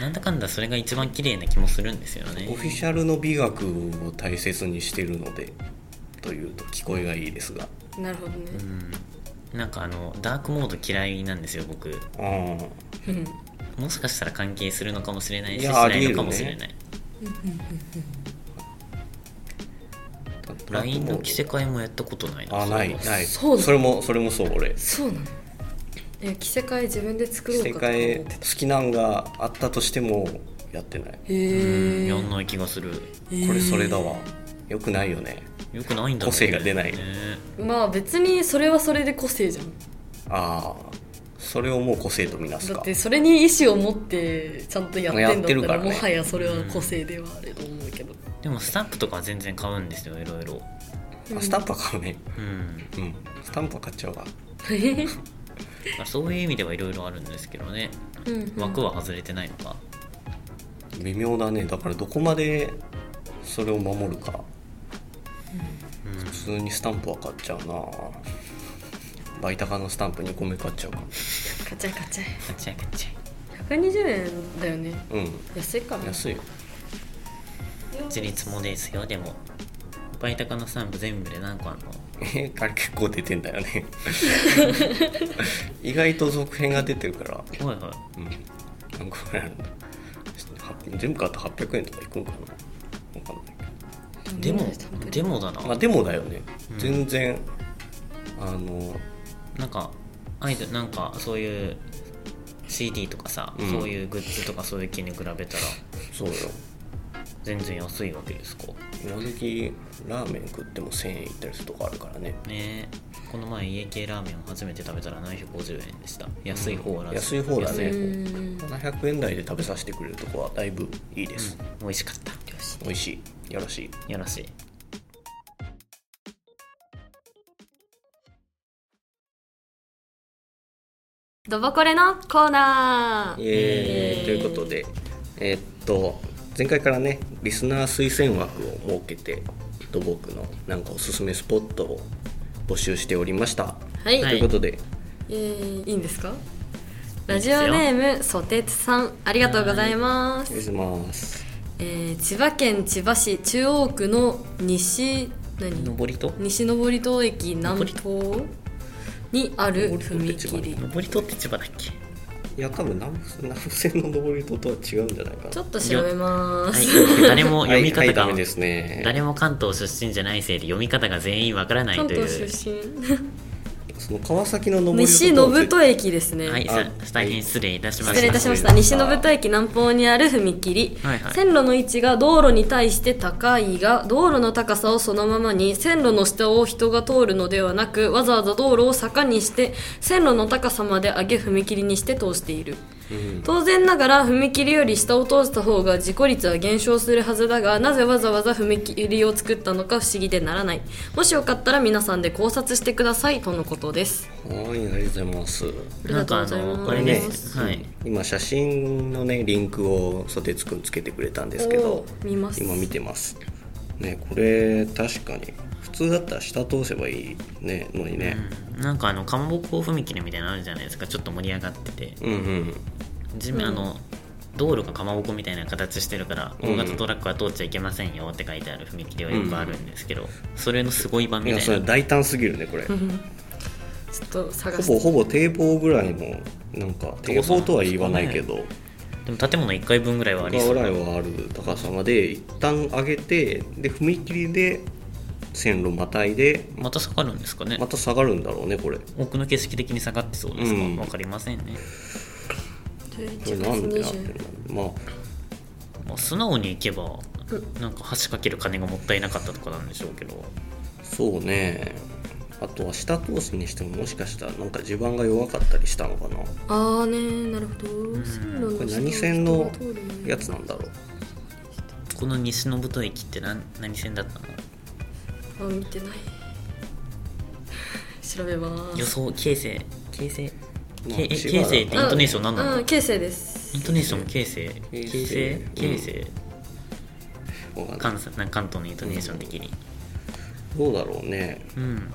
[SPEAKER 1] なんだかんだそれが一番綺麗な気もするんですよね
[SPEAKER 3] オフィシャルの美学を大切にしてるのでというと聞こえがいいですが
[SPEAKER 2] なるほどね、
[SPEAKER 1] うんなんかあのダークモード嫌いなんですよ僕
[SPEAKER 3] うん
[SPEAKER 2] うん、
[SPEAKER 1] もしかしたら関係するのかもしれないし
[SPEAKER 3] い
[SPEAKER 1] し
[SPEAKER 3] や
[SPEAKER 1] ないのかもしれない、LINE の着せ替えもやったことない
[SPEAKER 3] あないない
[SPEAKER 2] そうなの
[SPEAKER 3] それもそれもそう俺
[SPEAKER 2] そうなのえ着せ替え自分で作ろう
[SPEAKER 3] 世
[SPEAKER 2] かとか思っ
[SPEAKER 3] 界
[SPEAKER 2] て
[SPEAKER 3] 好
[SPEAKER 2] たへ
[SPEAKER 3] きなんがあったとしてもやってない
[SPEAKER 1] うん
[SPEAKER 2] え
[SPEAKER 1] やんない気がする
[SPEAKER 3] これそれだわよくないよね
[SPEAKER 1] よくないんだろうね
[SPEAKER 3] 個性が出ない
[SPEAKER 1] ね
[SPEAKER 2] まあ別にそれはそれで個性じゃん
[SPEAKER 3] ああそれをもう個性とみなす
[SPEAKER 2] だっ
[SPEAKER 3] か
[SPEAKER 2] てそれに意思を持ってちゃんとやってん
[SPEAKER 3] やっ
[SPEAKER 2] だ
[SPEAKER 3] て
[SPEAKER 2] っ
[SPEAKER 3] る
[SPEAKER 2] た
[SPEAKER 3] かららね
[SPEAKER 2] もはやそれは個性ではあると思うけど
[SPEAKER 1] でもスタンプとかは全然買うんですよいろいろ
[SPEAKER 3] あスタンプは買うね
[SPEAKER 1] うん
[SPEAKER 3] うんスタンプは買っちゃうわ
[SPEAKER 1] まあそういう意味ではいろいろあるんですけどね 枠は外れてないのか
[SPEAKER 3] 微妙だねだからどこまでそれを守るか普通にスタンプは買っちゃうなバイタカのスタンプ2個目買っちゃうか
[SPEAKER 2] カチャカチャ
[SPEAKER 1] ガチャガチ
[SPEAKER 2] 120円だよね
[SPEAKER 3] うん
[SPEAKER 2] 安いかな
[SPEAKER 3] 安いよ
[SPEAKER 1] ャ自立もですよでもバイタカのスタンプ全部で何個あるの
[SPEAKER 3] えあれ結構出てんだ よね意外と続編が出てるから
[SPEAKER 1] おいおい
[SPEAKER 3] うん何個ぐらいあるんだ全部買って800円とかいくんかな分かんないけど
[SPEAKER 1] でも
[SPEAKER 2] スタンプ
[SPEAKER 1] でもだな、
[SPEAKER 3] まあでもだよね、
[SPEAKER 1] うん
[SPEAKER 3] 全然あの
[SPEAKER 1] なんかアイドルなんかそういう CD とかさ、
[SPEAKER 3] うん
[SPEAKER 1] そういうグッズとかそういう気に比べたら
[SPEAKER 3] そうよ
[SPEAKER 1] 全然安いわけですか
[SPEAKER 3] 今時ラーメン食っても1000円いったりするとこあるからね
[SPEAKER 1] ねえこの前家系ラーメンを初めて食べたら750円でした安い方らしい
[SPEAKER 3] 安い方だね
[SPEAKER 2] うん
[SPEAKER 3] 700円台で食べさせてくれるとこはだいぶいいです、
[SPEAKER 1] うん美味しかった
[SPEAKER 2] よし
[SPEAKER 3] 美味しいよろしい
[SPEAKER 1] よろしい
[SPEAKER 2] ドボコレのコーナー
[SPEAKER 3] イエーイということでえーっと前回からねリスナー推薦枠を設けて土木のなんかおすすめスポットを募集しておりました。
[SPEAKER 2] はい、
[SPEAKER 1] は
[SPEAKER 3] ということで、
[SPEAKER 2] えーいいんですかラジオネームソテツさんありがとうございます
[SPEAKER 3] お願いします。
[SPEAKER 2] えー千葉県千葉市中央区の西何
[SPEAKER 1] 上りと
[SPEAKER 2] 西登戸駅南東にある
[SPEAKER 3] 登戸
[SPEAKER 2] 踏
[SPEAKER 3] って千葉
[SPEAKER 2] 切
[SPEAKER 1] 上りとって千葉だっけ
[SPEAKER 3] いや多分南部南部線の上りととは違うんじゃないか
[SPEAKER 2] ちょ
[SPEAKER 3] な。
[SPEAKER 2] っと調べま
[SPEAKER 1] は
[SPEAKER 2] す、
[SPEAKER 1] い、誰も読み
[SPEAKER 3] はい
[SPEAKER 1] 方
[SPEAKER 3] はい、
[SPEAKER 1] が、
[SPEAKER 3] ダメですね。
[SPEAKER 1] 誰も関東出身じゃないせいで読み方が全員わからない
[SPEAKER 2] 関
[SPEAKER 1] という
[SPEAKER 2] 東出
[SPEAKER 3] その川崎の上
[SPEAKER 2] 身
[SPEAKER 3] り
[SPEAKER 2] 西
[SPEAKER 3] ととは
[SPEAKER 2] 信戸駅ですね、
[SPEAKER 1] はい、さ
[SPEAKER 3] あ
[SPEAKER 1] 大変失礼いたしました
[SPEAKER 2] 失礼いたしました西信戸駅南方にある踏切、
[SPEAKER 1] はいはい
[SPEAKER 2] 線路の位置が道路に対して高いが道路の高さをそのままに線路の下を人が通るのではなくわざわざ道路を坂にして線路の高さまで上げ踏切にして通している
[SPEAKER 3] うん
[SPEAKER 2] 当然ながら踏切より下を通した方が事故率は減少するはずだがなぜわざわざ踏切を作ったのか不思議でならないもしよかったら皆さんで考察してくださいとのことです
[SPEAKER 3] はい、ありがとうございます。
[SPEAKER 2] りがとうございます
[SPEAKER 1] なんかあのこ
[SPEAKER 3] こ
[SPEAKER 1] れ
[SPEAKER 3] れ
[SPEAKER 1] で
[SPEAKER 3] ね
[SPEAKER 1] す、はい、
[SPEAKER 3] 今写真のねリンクをソテツくんつけてくれたんですけど
[SPEAKER 2] おー見ます
[SPEAKER 3] 今見てますねこれ確かに普通だったら下通せばいいねのにね、
[SPEAKER 1] うんなんかあのかまぼこ踏切みたいなのあるじゃないですかちょっと盛り上がってて
[SPEAKER 3] うん、うん
[SPEAKER 1] 地面、あの道路がかまぼこみたいな形してるから
[SPEAKER 3] うん
[SPEAKER 1] 大型トラックは通っちゃいけませんよって書いてある踏切はよくあるんですけど、それのすごい版
[SPEAKER 3] い
[SPEAKER 1] み
[SPEAKER 3] や
[SPEAKER 1] たい
[SPEAKER 3] そ
[SPEAKER 1] な
[SPEAKER 3] れ大胆すぎるねこれほ
[SPEAKER 2] ちょっと探して
[SPEAKER 3] ぼほぼ堤防ぐらいのなんか堤防とは言わないけど
[SPEAKER 1] でも建物1階分ぐらいはあり
[SPEAKER 3] 高
[SPEAKER 1] そ
[SPEAKER 3] ぐ
[SPEAKER 1] う
[SPEAKER 3] らいはある高さまで一旦上げてで踏切で線路またいで
[SPEAKER 1] また下がるんですかね
[SPEAKER 3] また下がるんだろうねこれ
[SPEAKER 1] 奥の景色的に下がってそうですか、
[SPEAKER 3] うん
[SPEAKER 1] 分かりませんね、
[SPEAKER 2] 11
[SPEAKER 3] これ
[SPEAKER 2] 月
[SPEAKER 3] なんでなってる
[SPEAKER 2] 20
[SPEAKER 3] んだろうまあ
[SPEAKER 1] まあ、素直に行けばなんか橋かける金がもったいなかったとかなんでしょうけど
[SPEAKER 3] そうねあとは下通しにしてももしかしたらなんか地盤が弱かったりしたのかな
[SPEAKER 2] ああねなるほど線路の下を
[SPEAKER 3] これ何線の
[SPEAKER 2] 人が通るね
[SPEAKER 3] やつなんだろう
[SPEAKER 1] この西信太駅って何何線だったの
[SPEAKER 2] あ見てない調べます
[SPEAKER 1] 予想形成形成
[SPEAKER 3] まあ
[SPEAKER 1] けえ
[SPEAKER 3] 千
[SPEAKER 1] 形
[SPEAKER 3] 葉
[SPEAKER 1] 成
[SPEAKER 3] だ
[SPEAKER 1] ってイントネーション何な
[SPEAKER 2] う
[SPEAKER 1] の
[SPEAKER 2] ん形成で
[SPEAKER 1] イン
[SPEAKER 2] す
[SPEAKER 1] トネーション形成
[SPEAKER 3] 成
[SPEAKER 1] 形成形成
[SPEAKER 3] わかんない
[SPEAKER 1] 関西なんか関東のイントネーション的に
[SPEAKER 3] どうだろうね
[SPEAKER 1] うん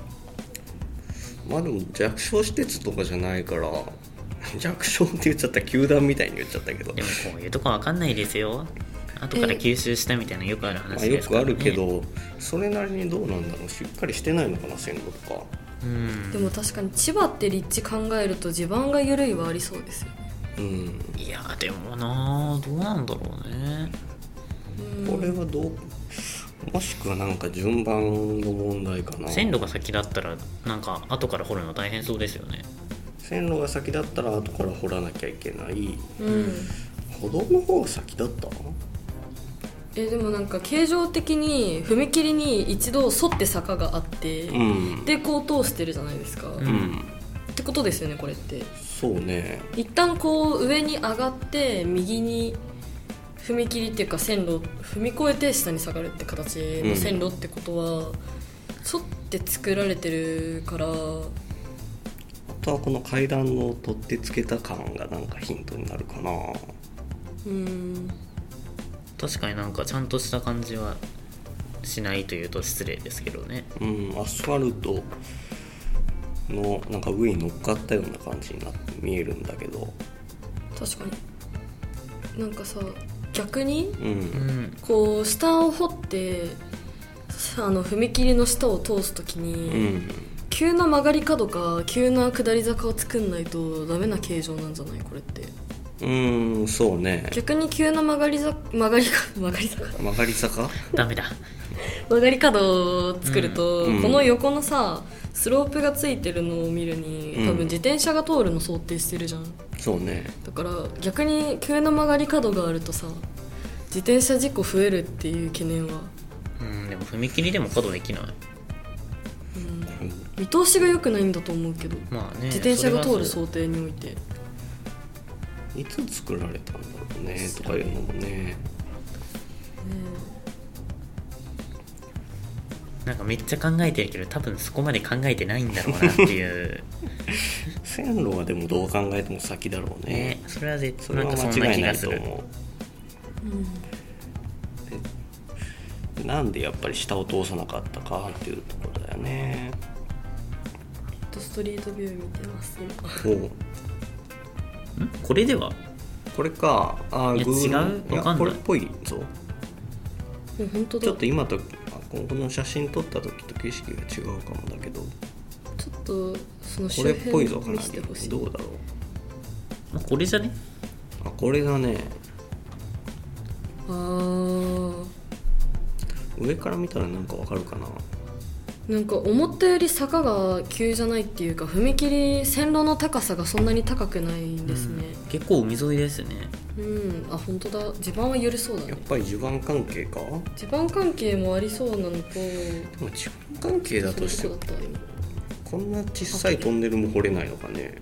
[SPEAKER 3] まあでも弱小施設とかじゃないから弱小って言っちゃった球団みたいに言っちゃったけど
[SPEAKER 1] でもこういうとこわかんないですよ後から吸収したみたいなよくある
[SPEAKER 3] ま
[SPEAKER 1] 話
[SPEAKER 3] あ、
[SPEAKER 1] で
[SPEAKER 3] よ
[SPEAKER 1] すか
[SPEAKER 3] く
[SPEAKER 1] ら、
[SPEAKER 3] あ
[SPEAKER 1] ね
[SPEAKER 3] るけどそれなりにどうなんだろうしっかりしてないのかな線路とか
[SPEAKER 1] うん
[SPEAKER 2] でも確かに千葉って立地考えると地盤が緩いはありそうですよね
[SPEAKER 3] うん
[SPEAKER 1] いやでもなどうなんだろうね
[SPEAKER 2] うん
[SPEAKER 3] これはどうもしくはなんか順番の問題かな
[SPEAKER 1] 線路が先だったらなんか後から掘るの大変そうですよね
[SPEAKER 3] 線路が先だったら後から掘らなきゃいけない
[SPEAKER 2] うん
[SPEAKER 3] 歩道の方が先だった
[SPEAKER 2] えでもなんか形状的に踏切に一度沿って坂があって、
[SPEAKER 3] ん
[SPEAKER 2] でこう通してるじゃないですか、
[SPEAKER 1] ん
[SPEAKER 3] うん
[SPEAKER 2] ってことですよねこれって
[SPEAKER 3] そうね
[SPEAKER 2] 一旦こう上に上がって右に踏切っていうか線路踏み越えて下に下がるって形の線路ってことは、沿って作られてるから
[SPEAKER 3] あとはこの階段の取ってつけた感がなんかヒントになるかな
[SPEAKER 2] うん
[SPEAKER 1] 確かになんかちゃんとした感じはしないというと失礼ですけどね
[SPEAKER 3] うんアスファルトのなんか上に乗っかったような感じになって見えるんだけど
[SPEAKER 2] 確かになんかさ逆に
[SPEAKER 3] うん、
[SPEAKER 1] うん
[SPEAKER 2] こう下を掘ってあの踏切の下を通す時
[SPEAKER 3] う
[SPEAKER 2] に、
[SPEAKER 3] ん、
[SPEAKER 2] 急な曲がり角か急な下り坂を作んないとダメな形状なんじゃないこれって
[SPEAKER 3] うん、そうね
[SPEAKER 2] 逆に急な曲がりざ曲がりか曲がり坂
[SPEAKER 3] 曲がり坂
[SPEAKER 1] ダメだ
[SPEAKER 2] 曲がり角を作ると、
[SPEAKER 3] うん
[SPEAKER 2] この横のさスロープがついてるのを見るに
[SPEAKER 3] うん
[SPEAKER 2] 多分自転車が通るの想定してるじゃん
[SPEAKER 3] そうね
[SPEAKER 2] だから逆に急な曲がり角があるとさ自転車事故増えるっていう懸念は、
[SPEAKER 1] うんでも踏切でも角できない
[SPEAKER 2] うん
[SPEAKER 3] うん
[SPEAKER 2] 見通しが良くないんだと思うけど
[SPEAKER 1] まあね
[SPEAKER 2] 自転車が通る
[SPEAKER 1] それは
[SPEAKER 2] 想定において
[SPEAKER 3] いつ作られたんだろうねとかいうのもね
[SPEAKER 1] そうなんかめっちゃ考えてるけど多分そこまで考えてないんだろうなっていう
[SPEAKER 3] 線路はでもどう考えても先だろう
[SPEAKER 1] ね
[SPEAKER 3] ね
[SPEAKER 1] それは絶
[SPEAKER 3] そ
[SPEAKER 1] 対
[SPEAKER 3] れ
[SPEAKER 1] なんか
[SPEAKER 3] は
[SPEAKER 1] そん
[SPEAKER 3] 間
[SPEAKER 1] な
[SPEAKER 3] 違い
[SPEAKER 1] 気
[SPEAKER 3] な
[SPEAKER 1] が
[SPEAKER 3] い
[SPEAKER 1] す
[SPEAKER 3] と
[SPEAKER 1] る
[SPEAKER 3] 思う
[SPEAKER 2] うん
[SPEAKER 3] でなんでやっぱり下を通さなかったかっていうところだよね
[SPEAKER 2] っとストリートビュー見てます今
[SPEAKER 3] お
[SPEAKER 1] んこれでは
[SPEAKER 3] これかあ
[SPEAKER 1] いや
[SPEAKER 3] Google
[SPEAKER 1] 違うわかんない
[SPEAKER 3] やこれっぽいぞ
[SPEAKER 2] もう本当だ
[SPEAKER 3] ちょっと今とあこのこの写真撮った時と景色が違うかもだけど
[SPEAKER 2] ちょっとその
[SPEAKER 3] こ
[SPEAKER 2] 周
[SPEAKER 3] れっぽ
[SPEAKER 2] 辺
[SPEAKER 3] いぞかな
[SPEAKER 2] 見せてほし
[SPEAKER 3] り
[SPEAKER 2] い
[SPEAKER 3] どうだろう
[SPEAKER 1] まあこれじゃね
[SPEAKER 3] あこれがね
[SPEAKER 2] あー
[SPEAKER 3] 上から見たらなんかわかるかな
[SPEAKER 2] なんか思ったより坂が急じゃないっていうか踏切線路の高さがそんなに高くないんですね
[SPEAKER 1] うん結構海沿いですね
[SPEAKER 2] うん、あ本当だ地盤は緩そうだ
[SPEAKER 3] やっ
[SPEAKER 2] ね
[SPEAKER 3] ぱり地盤関係か
[SPEAKER 2] 地盤関係もありそうなのと
[SPEAKER 3] でも地盤関係だとして
[SPEAKER 2] そういうことだった
[SPEAKER 3] こんな小さいトンネルも掘れないのかね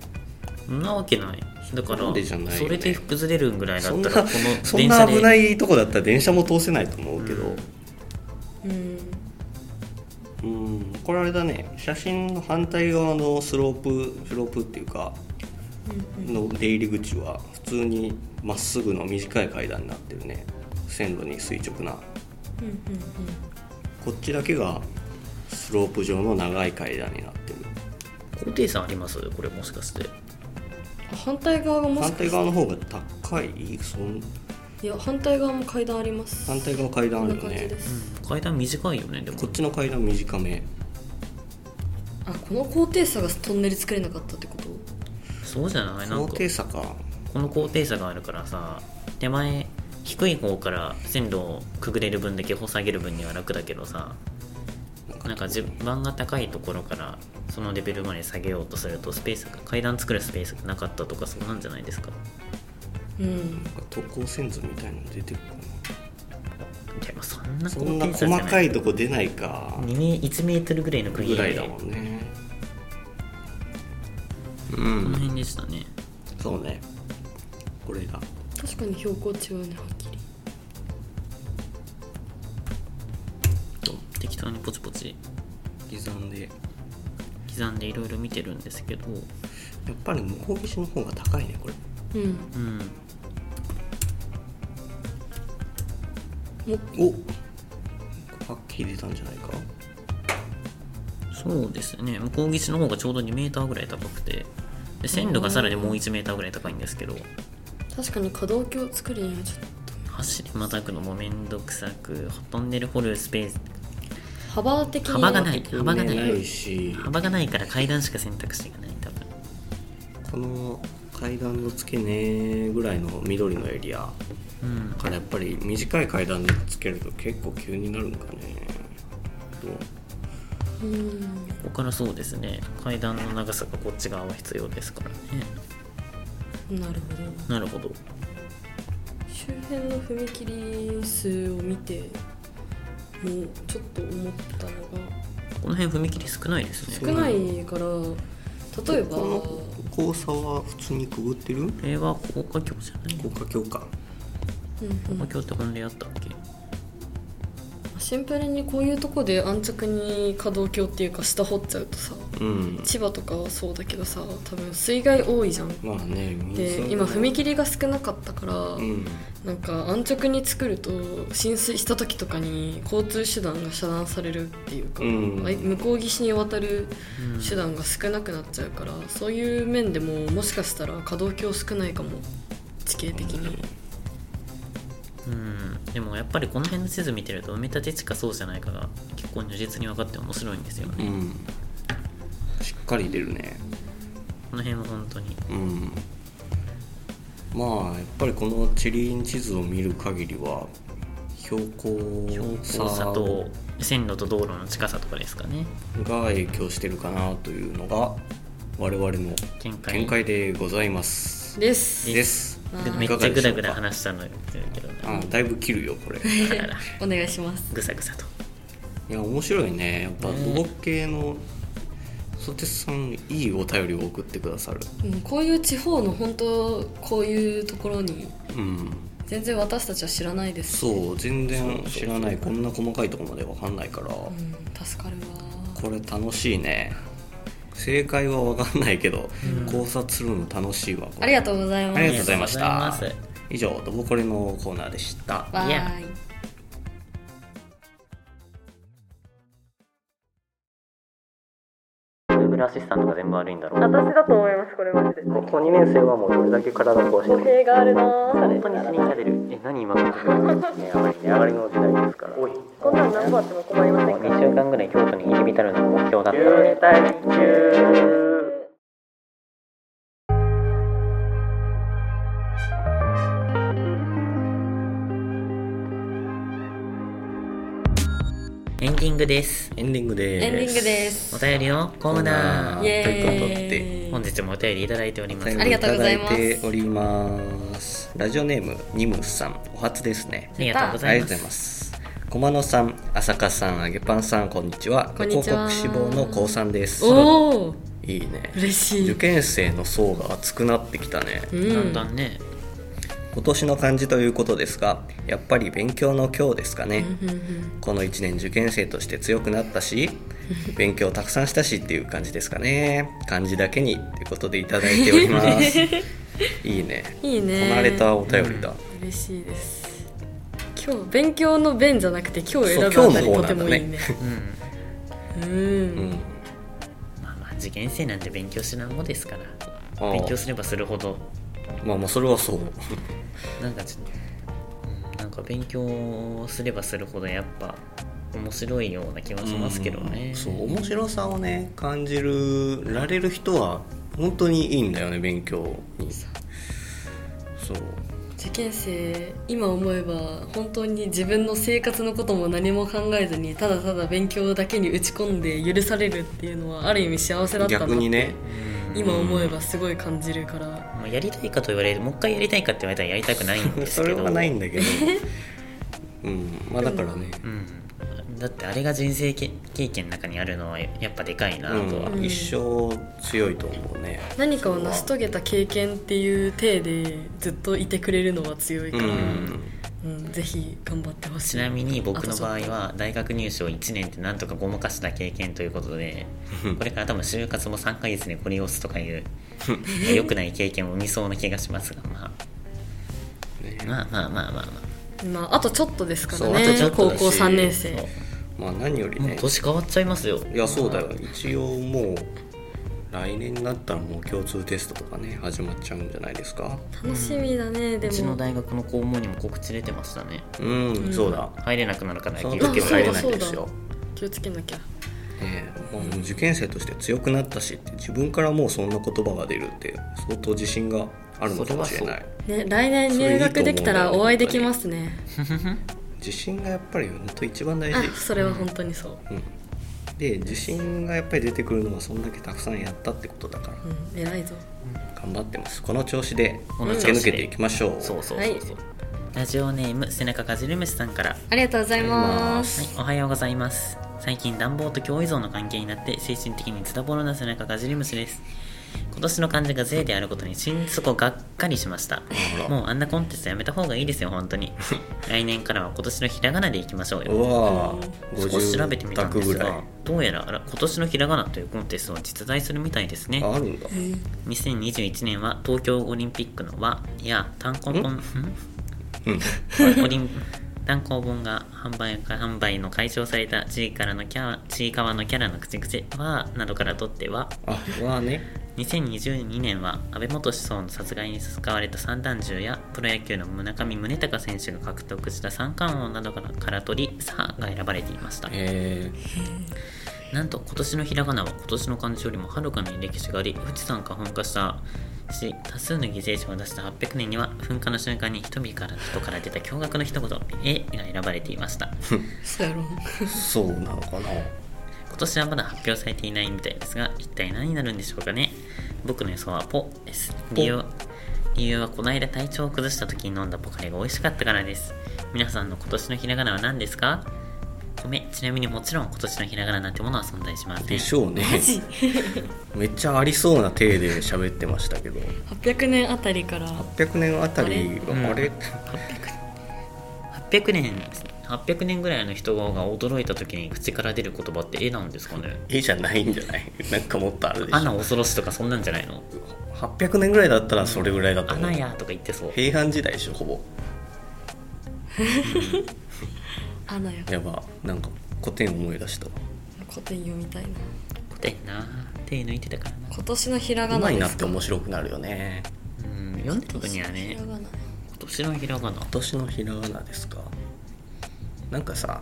[SPEAKER 1] そんなわけないだか
[SPEAKER 3] そ
[SPEAKER 1] ら
[SPEAKER 3] うでじゃないよね
[SPEAKER 1] それで崩れるぐらいだ
[SPEAKER 3] そ
[SPEAKER 1] っ
[SPEAKER 3] ん
[SPEAKER 1] た
[SPEAKER 3] な
[SPEAKER 1] らこの
[SPEAKER 3] そん
[SPEAKER 1] 電車
[SPEAKER 3] な危な
[SPEAKER 1] で
[SPEAKER 3] いとこだったら電車も通せないと思うけど
[SPEAKER 2] うん
[SPEAKER 3] うんこれあれだね写真の反対側のスロープスロープっていうかの出入り口は普通にまっすぐの短い階段になってるね線路に垂直な
[SPEAKER 2] うんうん
[SPEAKER 3] こっちだけがスロープ状の長い階段になってる
[SPEAKER 1] 高低差ありますこれもしかして
[SPEAKER 2] あ反対側がもし
[SPEAKER 3] 反
[SPEAKER 2] か
[SPEAKER 3] 対
[SPEAKER 2] し
[SPEAKER 3] 側の方が高いそん
[SPEAKER 2] いや反対側も階段あります
[SPEAKER 3] 反対側階
[SPEAKER 2] こ
[SPEAKER 3] 段あ
[SPEAKER 2] んな
[SPEAKER 3] るよ
[SPEAKER 2] 感じ
[SPEAKER 3] ね
[SPEAKER 2] です、
[SPEAKER 1] 階段短いよねでも
[SPEAKER 3] こっちの階段短め
[SPEAKER 2] あこの高低差がトンネル作れなかったってこと
[SPEAKER 1] そうじゃないなん
[SPEAKER 3] 高
[SPEAKER 1] か
[SPEAKER 3] 低差か
[SPEAKER 1] この高低差があるからさ手前低い方から線路をくぐれる分だけ掘下げる分には楽だけどさなんか地盤が高いところからそのレベルまで下げようとするとスペースが階段作るスペースがなかったとかそうなんじゃないですか
[SPEAKER 2] うん
[SPEAKER 3] なんか等高線図みたいなの出てるか
[SPEAKER 1] でもそんな
[SPEAKER 3] なそ
[SPEAKER 1] 高
[SPEAKER 3] んな
[SPEAKER 1] 低差じゃ
[SPEAKER 3] 細
[SPEAKER 1] な
[SPEAKER 3] か
[SPEAKER 1] い
[SPEAKER 3] いとこ出ないか
[SPEAKER 1] 2メ1メートルぐらいの区切
[SPEAKER 3] ぐ
[SPEAKER 1] り
[SPEAKER 3] ら
[SPEAKER 1] で
[SPEAKER 3] いだも
[SPEAKER 1] こ
[SPEAKER 3] んねう
[SPEAKER 1] の
[SPEAKER 3] ん
[SPEAKER 1] 辺でしたね
[SPEAKER 3] そうねこれだ
[SPEAKER 2] 確かに標高違うねはっきり
[SPEAKER 1] と適当にポチポチ
[SPEAKER 3] 刻んでや
[SPEAKER 1] 刻んでいろいろ見てるんですけど
[SPEAKER 3] っぱり向こう岸の方が高いねこれ
[SPEAKER 2] うん
[SPEAKER 1] うん
[SPEAKER 2] も
[SPEAKER 3] おはっきり出たんじゃないか
[SPEAKER 1] そうですね向こう岸の方がちょうど2メーターぐらい高くてで線路がさらにもう1メーターぐらい高いんですけど
[SPEAKER 2] 確かに可動橋作るにはちょっ
[SPEAKER 1] 走りまたくのもめんどくさくトンネル掘るスペース
[SPEAKER 2] と幅的に
[SPEAKER 1] 幅がない幅がない
[SPEAKER 3] 埋めないし
[SPEAKER 1] 幅がないから階段しか選択肢がない多分
[SPEAKER 3] この階段の付け根ぐらいの緑のエリア
[SPEAKER 1] うん
[SPEAKER 3] からやっぱり短い階段でつけると結構急になるんかねどう
[SPEAKER 2] うん
[SPEAKER 1] ここからそうですね階段の長さがこっち側は必要ですからね
[SPEAKER 2] なるほど
[SPEAKER 1] なるほど
[SPEAKER 2] 周辺の踏切数を見てもうちょっと思ったの
[SPEAKER 1] この辺踏切少ないです
[SPEAKER 2] が
[SPEAKER 1] ね
[SPEAKER 2] 少ないから例えば
[SPEAKER 3] ここの交差は普通にくぐってる
[SPEAKER 1] これは高架橋じゃない
[SPEAKER 3] 高架橋か
[SPEAKER 2] うんう
[SPEAKER 1] 高
[SPEAKER 2] ん
[SPEAKER 1] 架橋って本であったっけ
[SPEAKER 2] シンプルにこういうとこで安直に可動橋っていうか下掘っちゃうとさ
[SPEAKER 3] うん
[SPEAKER 2] 千葉とかはそうだけどさ多分水害多いじゃん
[SPEAKER 3] まあね水
[SPEAKER 2] で
[SPEAKER 3] が
[SPEAKER 2] 今踏切が少なかったから、
[SPEAKER 3] うん
[SPEAKER 2] なんか安直に作ると浸水した時とかに交通手段が遮断されるっていうか、
[SPEAKER 3] うん
[SPEAKER 2] あい向こう岸に渡る手段が少なくなっちゃうから、そういう面でももしかしたら可動橋少ないかも地形的に、
[SPEAKER 1] うんでもやっぱりこの辺の地図見てると埋め立て地かそうじゃないかが結構如実に分かって面白いんですよ
[SPEAKER 3] う
[SPEAKER 1] ね、
[SPEAKER 3] んしっかり出るね
[SPEAKER 1] この辺は本当に
[SPEAKER 3] うんまあやっぱりこの地理院地図を見る限りは標高
[SPEAKER 1] 標高差
[SPEAKER 3] 差
[SPEAKER 1] と線路と道路の近さとかですかね
[SPEAKER 3] が影響してるかなというのが我々の
[SPEAKER 1] 見解
[SPEAKER 3] 見解でございます
[SPEAKER 2] です
[SPEAKER 3] です
[SPEAKER 1] でめっちゃグダグダ話したのよってるけど
[SPEAKER 3] あだいぶ切るよこれい
[SPEAKER 1] だから
[SPEAKER 2] お願いします
[SPEAKER 1] ぐさぐさと
[SPEAKER 3] や面白いねやっぱ土木系のソテツさんいいお便りを送ってくださる
[SPEAKER 2] うんこういう地方の本当こういうところに
[SPEAKER 3] うん
[SPEAKER 2] 全然私たちは知らないです
[SPEAKER 3] そう全然
[SPEAKER 1] そう
[SPEAKER 3] 知らないこんな細かいとこまでわかんないから、
[SPEAKER 2] うん助かるわ
[SPEAKER 3] これ楽しいね正解は分かんないけど、考察するの楽しいわ
[SPEAKER 2] ありが
[SPEAKER 3] と
[SPEAKER 2] とうございます
[SPEAKER 3] ありがとうございまし
[SPEAKER 1] あり
[SPEAKER 3] た
[SPEAKER 1] がとうございます
[SPEAKER 3] 以上「どぼこれ」のコーナーでした
[SPEAKER 2] バイ
[SPEAKER 1] いやるアシスタントが全部悪いんだろう
[SPEAKER 4] 私だと思いますこれマジで
[SPEAKER 1] 高校2年生はもうどれだけ体壊して
[SPEAKER 4] 語弊があるなぁ
[SPEAKER 1] 本当に死にかれるえ何今の時代 やばい値上がりの時代ですからおい
[SPEAKER 4] こんなの何本あっても困りませんか
[SPEAKER 1] 2週間ぐらい京都に入り浸るのが目標だったのにエンディングです
[SPEAKER 3] エンディングです
[SPEAKER 2] エンディングです
[SPEAKER 1] お便りのコーナ
[SPEAKER 3] コーナ
[SPEAKER 1] ー
[SPEAKER 2] イエ
[SPEAKER 3] と
[SPEAKER 1] 本
[SPEAKER 2] ーイ
[SPEAKER 1] 日もお便りいただいております
[SPEAKER 3] お
[SPEAKER 1] あ
[SPEAKER 2] あり
[SPEAKER 3] 便
[SPEAKER 2] が
[SPEAKER 3] り
[SPEAKER 2] とうご
[SPEAKER 3] いただ
[SPEAKER 2] ざい
[SPEAKER 3] い
[SPEAKER 2] ます
[SPEAKER 3] ておりますラジオネームニムスさんお初ですね
[SPEAKER 1] りがとうご
[SPEAKER 3] あ
[SPEAKER 1] ざ
[SPEAKER 3] り
[SPEAKER 1] い
[SPEAKER 3] が
[SPEAKER 1] ま
[SPEAKER 3] とうござい
[SPEAKER 1] す
[SPEAKER 3] ます駒野さん浅香さん揚げパンさんこんにちは
[SPEAKER 2] こんにちは
[SPEAKER 3] 広告志望の高3です
[SPEAKER 2] おお
[SPEAKER 3] いいね
[SPEAKER 2] 嬉しい
[SPEAKER 3] 受験生の層が厚くなってきたね
[SPEAKER 2] うん
[SPEAKER 1] だんだんね
[SPEAKER 3] 今年の漢字ということですがやっぱり勉強の今日ですかね
[SPEAKER 2] うんうん
[SPEAKER 3] この1年受験生として強くなったし勉強たくさんしたしっていう感じですかね漢字だけにってことでいただいております いいね
[SPEAKER 2] いいね
[SPEAKER 3] こなれたお便りだ、
[SPEAKER 2] 嬉しいです今日勉強の弁じゃなくて今日選ぶ
[SPEAKER 3] そう
[SPEAKER 2] あたりと
[SPEAKER 3] 今日の方
[SPEAKER 2] てもいいね
[SPEAKER 1] うん
[SPEAKER 2] う
[SPEAKER 3] うんん
[SPEAKER 1] まあまあ受験生なんて勉強しないものですから
[SPEAKER 3] ああ
[SPEAKER 1] 勉強すればするほど
[SPEAKER 3] まあまあそれはそう
[SPEAKER 1] なんかちうんなんか勉強すればするほどやっぱ面白いような気はしますけどね
[SPEAKER 3] うんそう面白さをね感じるられる人は本当にいいんだよね勉強にそう
[SPEAKER 2] 受験生今思えば本当に自分の生活のことも何も考えずにただただ勉強だけに打ち込んで許されるっていうのはある意味幸せだった
[SPEAKER 3] 逆
[SPEAKER 2] な
[SPEAKER 3] にね
[SPEAKER 2] 今思えばすごい感じるから
[SPEAKER 1] まあやりたいかと言われるもう一回やりたいかって言われたらやりたくないんです
[SPEAKER 3] そ
[SPEAKER 1] け
[SPEAKER 3] れ
[SPEAKER 1] ど
[SPEAKER 3] はないん だけどうんまあだからね、
[SPEAKER 1] うん、だってあれが人生け経験の中にあるのはやっぱでかいなとは、
[SPEAKER 3] うん、一生強いと思うね
[SPEAKER 2] 何かを成し遂げた経験っていう体でずっといてくれるのは強いか
[SPEAKER 3] う
[SPEAKER 2] ら、
[SPEAKER 3] ん
[SPEAKER 2] うんぜひ頑張ってほしい
[SPEAKER 1] ちなみに僕の場合
[SPEAKER 2] あとちょっ
[SPEAKER 1] は大学入試を1年ってなんとかごまかした経験ということでこれから多分就活も3ヶ月でこれを押すとかいう良くない経験を生みそうな気がしますが、ま
[SPEAKER 3] ね
[SPEAKER 1] あ、まあまあまあまあま
[SPEAKER 2] とまあ、あとちょっとですから
[SPEAKER 3] そうあと
[SPEAKER 2] ね
[SPEAKER 3] ちょっと
[SPEAKER 2] 高
[SPEAKER 3] だし
[SPEAKER 2] 校3年
[SPEAKER 1] あ、
[SPEAKER 2] 生
[SPEAKER 3] まあ何より
[SPEAKER 1] もう
[SPEAKER 3] ね
[SPEAKER 1] 年変わっちゃいますよ
[SPEAKER 3] いやそうだよ一応もう来年になったらもう共通テストとかね始まっちゃうんじゃないですか
[SPEAKER 2] 楽しみだね、
[SPEAKER 1] う
[SPEAKER 2] で
[SPEAKER 1] ち
[SPEAKER 2] も
[SPEAKER 1] の大学の校門にも告知出てましたね
[SPEAKER 3] うん、そうだ
[SPEAKER 1] 入れなくなるから
[SPEAKER 3] その
[SPEAKER 1] 休憩
[SPEAKER 3] 時
[SPEAKER 1] は入 れ
[SPEAKER 3] は入れな
[SPEAKER 1] ないい
[SPEAKER 3] で
[SPEAKER 1] ですすよ
[SPEAKER 3] よ
[SPEAKER 2] 気をつけなきゃ
[SPEAKER 3] ねえもう受験生として強くなったしって自分からもうそんな言葉が出るって相当自信があるのかもしれない
[SPEAKER 2] ね来年入学できたらお会いできますね
[SPEAKER 3] 自信がやっぱり本当一番大事
[SPEAKER 2] あそれは本当にそう、
[SPEAKER 3] で自信がやっぱり出てくるのはそんだけたくさんやったってことだから
[SPEAKER 2] うん、偉いぞ
[SPEAKER 3] 頑張ってますこの調子で
[SPEAKER 1] この
[SPEAKER 3] 駆
[SPEAKER 1] 調子
[SPEAKER 3] け
[SPEAKER 1] で
[SPEAKER 3] 抜けていきましょう、
[SPEAKER 1] そうそうそうそう、ラジオネーム背中かじる虫さんから
[SPEAKER 2] ありがとうございま
[SPEAKER 1] はい
[SPEAKER 2] す、
[SPEAKER 1] おはようございます最近暖房と強依存の関係になって精神的にズタボロな背中がじり虫です今年の漢字が税であることに心底がっかりしました
[SPEAKER 3] ら
[SPEAKER 1] もうあんなコンテストやめた方がいいですよ本当 に来年からは今年のひらがなでいきましょう
[SPEAKER 3] う
[SPEAKER 1] よ
[SPEAKER 3] わ
[SPEAKER 1] 少し調べてみ
[SPEAKER 3] 50
[SPEAKER 1] たんで
[SPEAKER 3] 択
[SPEAKER 1] す
[SPEAKER 3] ぐらい
[SPEAKER 1] がどうやら今年のひらがなというコンテストは実在するみたいですね
[SPEAKER 3] ああるんだ
[SPEAKER 1] 2021年は東京オリンピックの和や単行本ん
[SPEAKER 3] うん
[SPEAKER 1] オリン 単行本が販売販売の解消されたちいからのキャラちいかわのキャラの口々はなどからとっては
[SPEAKER 3] あうわね
[SPEAKER 1] 2022年は安倍元首相の殺害に使われた散弾銃やプロ野球の村上宗隆選手が獲得した三冠王などからから取り「さ」が選ばれていました
[SPEAKER 3] え
[SPEAKER 1] なんと今年のひらがなは今年の漢字よりもはるかに歴史があり富士山が噴火したし多数の犠牲者を出した800年には噴火の瞬間に人々から人から出た驚愕の一言「え」が選ばれていました
[SPEAKER 2] そうやろ
[SPEAKER 3] ー、そうなのかな
[SPEAKER 1] 今年はまだ発表されていないみたいですが一体何になるんでしょうかね僕の予想はポです理由理由はこの間体調を崩した時に飲んだポカリが美味しかったからです皆さんの今年のひらがなは何ですか米ちなみにもちろん今年のひらがななんてものは存在しません
[SPEAKER 3] でしょうねめっちゃありそうな体で喋ってましたけど
[SPEAKER 2] 800年あたりから
[SPEAKER 3] 800年あたり
[SPEAKER 1] あれ
[SPEAKER 3] はあれ、
[SPEAKER 1] う800年800年ぐらいの人が驚いた時に口から出る言葉って絵なんですかね
[SPEAKER 3] いいじゃないんじゃない なんかもっとあるでしょ
[SPEAKER 1] 穴恐ろしとかそんなんじゃないの
[SPEAKER 3] 800年ぐらいだったらそれぐらいだと思う
[SPEAKER 1] 穴やとか言ってそう
[SPEAKER 3] 平安時代でしょほぼ
[SPEAKER 2] アナよ
[SPEAKER 3] やばなんか古典思い出した
[SPEAKER 2] 古典読みたいな
[SPEAKER 1] 古典な手抜いてたからな
[SPEAKER 2] 今年のひら
[SPEAKER 3] う
[SPEAKER 2] がな
[SPEAKER 3] まい
[SPEAKER 2] で
[SPEAKER 3] なっ
[SPEAKER 2] す
[SPEAKER 3] て
[SPEAKER 2] か
[SPEAKER 3] 面白くなるよね
[SPEAKER 1] うん読んでた時にはね
[SPEAKER 2] 今年のひらがな
[SPEAKER 1] 今年のひらがな
[SPEAKER 3] 今年のひらがなですかなんかさ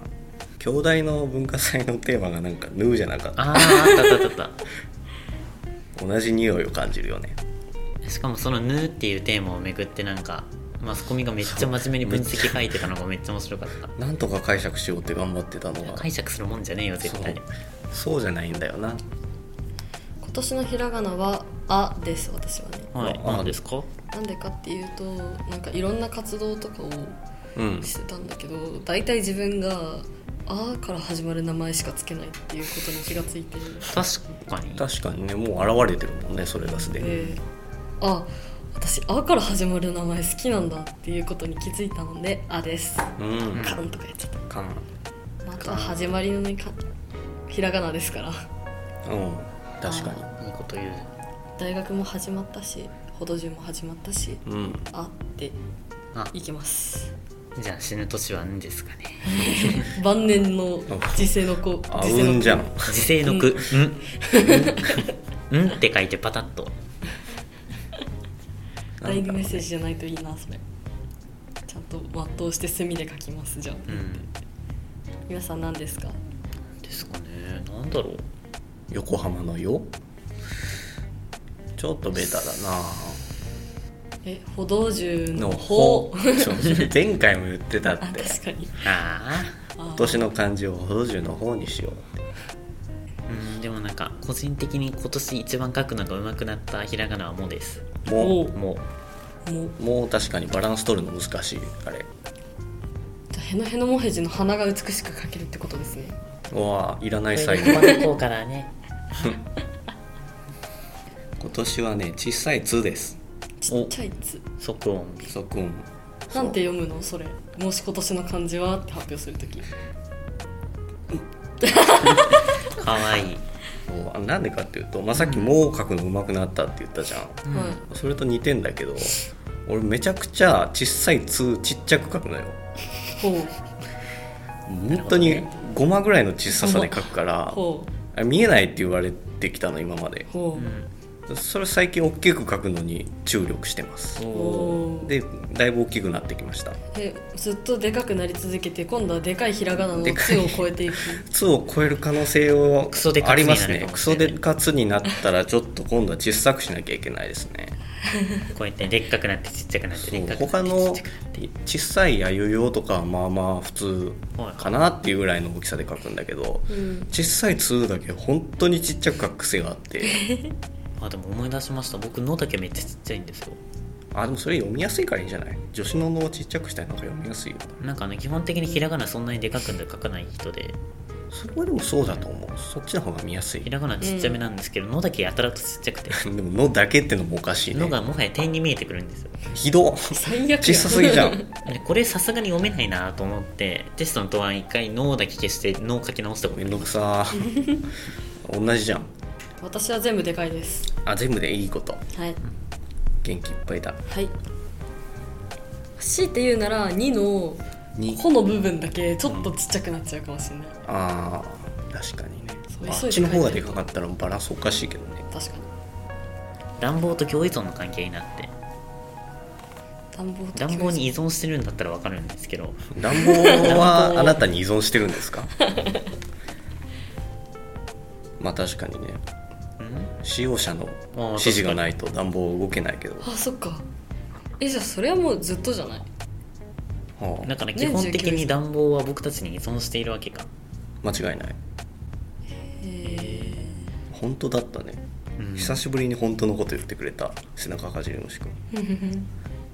[SPEAKER 3] 京大の文化祭のテーマがなんか「ヌー」じゃなかった
[SPEAKER 1] あああったあったあったあっ
[SPEAKER 3] 同じ匂いを感じるよね
[SPEAKER 1] たしかもその「ぬ」っていうテーマをめぐってなんかマスコミがめっちゃ真面目に分析書いてたのがめっちゃ面白かった
[SPEAKER 3] なんとか解釈しようって頑張ってたのが
[SPEAKER 1] 解釈するもんじゃねえよ絶対に
[SPEAKER 3] そうそうじゃないんだよな
[SPEAKER 2] 今年のひらがなは「あ」です私はね
[SPEAKER 1] はい
[SPEAKER 3] あ
[SPEAKER 1] 何ですか
[SPEAKER 2] なんでかっていうとなんかいろんな活動とかを
[SPEAKER 3] うん
[SPEAKER 2] してたんだけど大体自分が「あ」から始まる名前しかつけないっていうことに気がついて
[SPEAKER 1] 確かに
[SPEAKER 3] 確かにねもう現れてるもんねそれがすでに、
[SPEAKER 2] であ私「あ」から始まる名前好きなんだっていうことに気づいたので「あ」です
[SPEAKER 3] うん
[SPEAKER 2] カンとか言っちゃっ
[SPEAKER 3] かん
[SPEAKER 2] たまた始まりのねかひらがなですから
[SPEAKER 3] うん確かに
[SPEAKER 1] いいこと言う
[SPEAKER 2] 大学も始まったしほど順も始まったし
[SPEAKER 3] うん
[SPEAKER 2] 「あ」って
[SPEAKER 1] あ
[SPEAKER 2] いきます
[SPEAKER 1] じゃあ死ぬ年は「ん」ですかね
[SPEAKER 2] 晩年の時世の子
[SPEAKER 3] あ
[SPEAKER 2] 時世の
[SPEAKER 3] うん
[SPEAKER 2] 子
[SPEAKER 3] じゃん
[SPEAKER 1] 自制の句「ん」「ん」って書いてパタッと
[SPEAKER 2] ダイイングメッセージじゃないといいなそれちゃんと全うして墨で書きますじゃあ
[SPEAKER 1] うん
[SPEAKER 2] 皆さん何ですか
[SPEAKER 1] ですかねなんだろう
[SPEAKER 3] 横浜の「よ」ちょっとベタだな
[SPEAKER 2] え歩道樹の
[SPEAKER 3] の「
[SPEAKER 2] 歩
[SPEAKER 3] ほ」そう 前回も言ってたっ
[SPEAKER 2] あ
[SPEAKER 3] て
[SPEAKER 2] 確かに
[SPEAKER 1] ああ
[SPEAKER 2] あ
[SPEAKER 3] 今年の漢字を補助の方にしようって
[SPEAKER 1] うんでもなんか個人的に今年一番書くのが上手くなったひらがなは「も」です
[SPEAKER 3] も
[SPEAKER 2] お
[SPEAKER 3] う
[SPEAKER 1] も
[SPEAKER 2] もう
[SPEAKER 3] 「もう確かにバランス取るの難しいあれ
[SPEAKER 2] じゃあへのへのもへじの鼻が美しく描けるってことですね
[SPEAKER 3] うわいらな
[SPEAKER 1] う
[SPEAKER 3] い
[SPEAKER 1] こ
[SPEAKER 3] 最
[SPEAKER 1] れ
[SPEAKER 3] 後
[SPEAKER 1] までこうからね
[SPEAKER 3] 今年はね小さい「つ」です
[SPEAKER 2] ちっちゃいつ
[SPEAKER 1] 即音
[SPEAKER 3] 即音
[SPEAKER 2] なんて読むのそれもし今年の漢字はって発表するとき
[SPEAKER 1] かわいい
[SPEAKER 3] そうあなんでかっていうと、まあ、さっき「もう」書くの上手くなったって言ったじゃん、
[SPEAKER 2] はい
[SPEAKER 3] それと似てんだけど俺めちゃくちゃ小さい「つ」ちっちゃく書くのよ
[SPEAKER 2] ほう
[SPEAKER 3] 本当にゴマぐらいの小ささで書くから
[SPEAKER 2] ほ
[SPEAKER 3] あ見えないって言われてきたの今まで
[SPEAKER 2] うほ
[SPEAKER 3] それ最近大きく書くのに注力してます
[SPEAKER 2] うほう
[SPEAKER 3] でだいぶ大きくなってきました
[SPEAKER 2] えずっとでかくなり続けて今度はでかいひらがなの「
[SPEAKER 3] でか
[SPEAKER 2] つ」
[SPEAKER 3] い
[SPEAKER 2] を超えていく
[SPEAKER 3] つを超える可能性を
[SPEAKER 1] クソデカ
[SPEAKER 3] あ
[SPEAKER 1] ツに
[SPEAKER 3] り
[SPEAKER 1] な
[SPEAKER 3] ま
[SPEAKER 1] るかもし
[SPEAKER 3] す
[SPEAKER 1] れない
[SPEAKER 3] ねクソでかつになったらちょっと今度は小さくしなきゃいけないですね
[SPEAKER 1] こうやってでっかくなってちっちゃくなって
[SPEAKER 3] そ
[SPEAKER 1] でっ
[SPEAKER 3] う
[SPEAKER 1] かくな
[SPEAKER 3] 他
[SPEAKER 1] って
[SPEAKER 3] の
[SPEAKER 1] ちっちゃくなって
[SPEAKER 3] 小さいあゆようとかはまあまあ普通かなっていうぐらいの大きさで書くんだけど
[SPEAKER 2] うん
[SPEAKER 3] 小さい「つ」だけ本当にちっちゃく書く癖があって
[SPEAKER 1] あでも思い出しました僕「の」だけめっちゃちっちゃいんですよ
[SPEAKER 3] あでもそれ読みやすいからいいんじゃない女子の脳をちっちゃくしたいなんか読みやすいよ
[SPEAKER 1] なんかね基本的にひらがなそんなにでかく書かない人で
[SPEAKER 3] それはでもそうだと思うそっちの方が見やすい
[SPEAKER 1] ひ
[SPEAKER 3] で
[SPEAKER 1] らがなちっちゃめなんですけど「の」だけやたらとちっちゃくて
[SPEAKER 3] も「の」だけってのもおか
[SPEAKER 1] 「
[SPEAKER 3] しい
[SPEAKER 1] の」
[SPEAKER 3] ね
[SPEAKER 1] がもはや点に見えてくるんですよ
[SPEAKER 3] ひどっ
[SPEAKER 2] 最悪や
[SPEAKER 3] 小さすぎじゃん
[SPEAKER 1] でこれさすがに読めないなと思ってテストの答案一回「の」だけ消して「の」書き直したこと
[SPEAKER 3] めんどくさー同じじゃん
[SPEAKER 2] 私は全部でかいです
[SPEAKER 3] あ全部でいいこと
[SPEAKER 2] はい
[SPEAKER 3] 元気いっぱいだ
[SPEAKER 2] はい強いて言うなら2の
[SPEAKER 3] に
[SPEAKER 2] 「こ」の部分だけちょっとちっちゃくなっちゃうかもしれない
[SPEAKER 3] あー確かにね
[SPEAKER 2] そう急
[SPEAKER 3] あっ
[SPEAKER 2] いで
[SPEAKER 3] ちの方がでかかったらバランスおかしいけどね
[SPEAKER 2] 確かに
[SPEAKER 1] 乱暴と共依存の関係になって
[SPEAKER 2] 暖房と
[SPEAKER 1] 乱暴に依存してるんだったらわかるんですけど
[SPEAKER 3] 乱暴 はあなたに依存してるんですか まあ確かにね
[SPEAKER 1] うん
[SPEAKER 3] 使用者の
[SPEAKER 1] あー
[SPEAKER 3] 指示がないと暖房動けないけど、
[SPEAKER 2] あそっかえじゃあそれはもうずっとじゃない
[SPEAKER 3] は
[SPEAKER 1] だから基本的に暖房は僕たちに依存しているわけか
[SPEAKER 3] あ、間違いない
[SPEAKER 2] え
[SPEAKER 3] 本当だったね、
[SPEAKER 1] うん
[SPEAKER 3] 久しぶりに本当のこと言ってくれた背中かじり虫君
[SPEAKER 2] ー、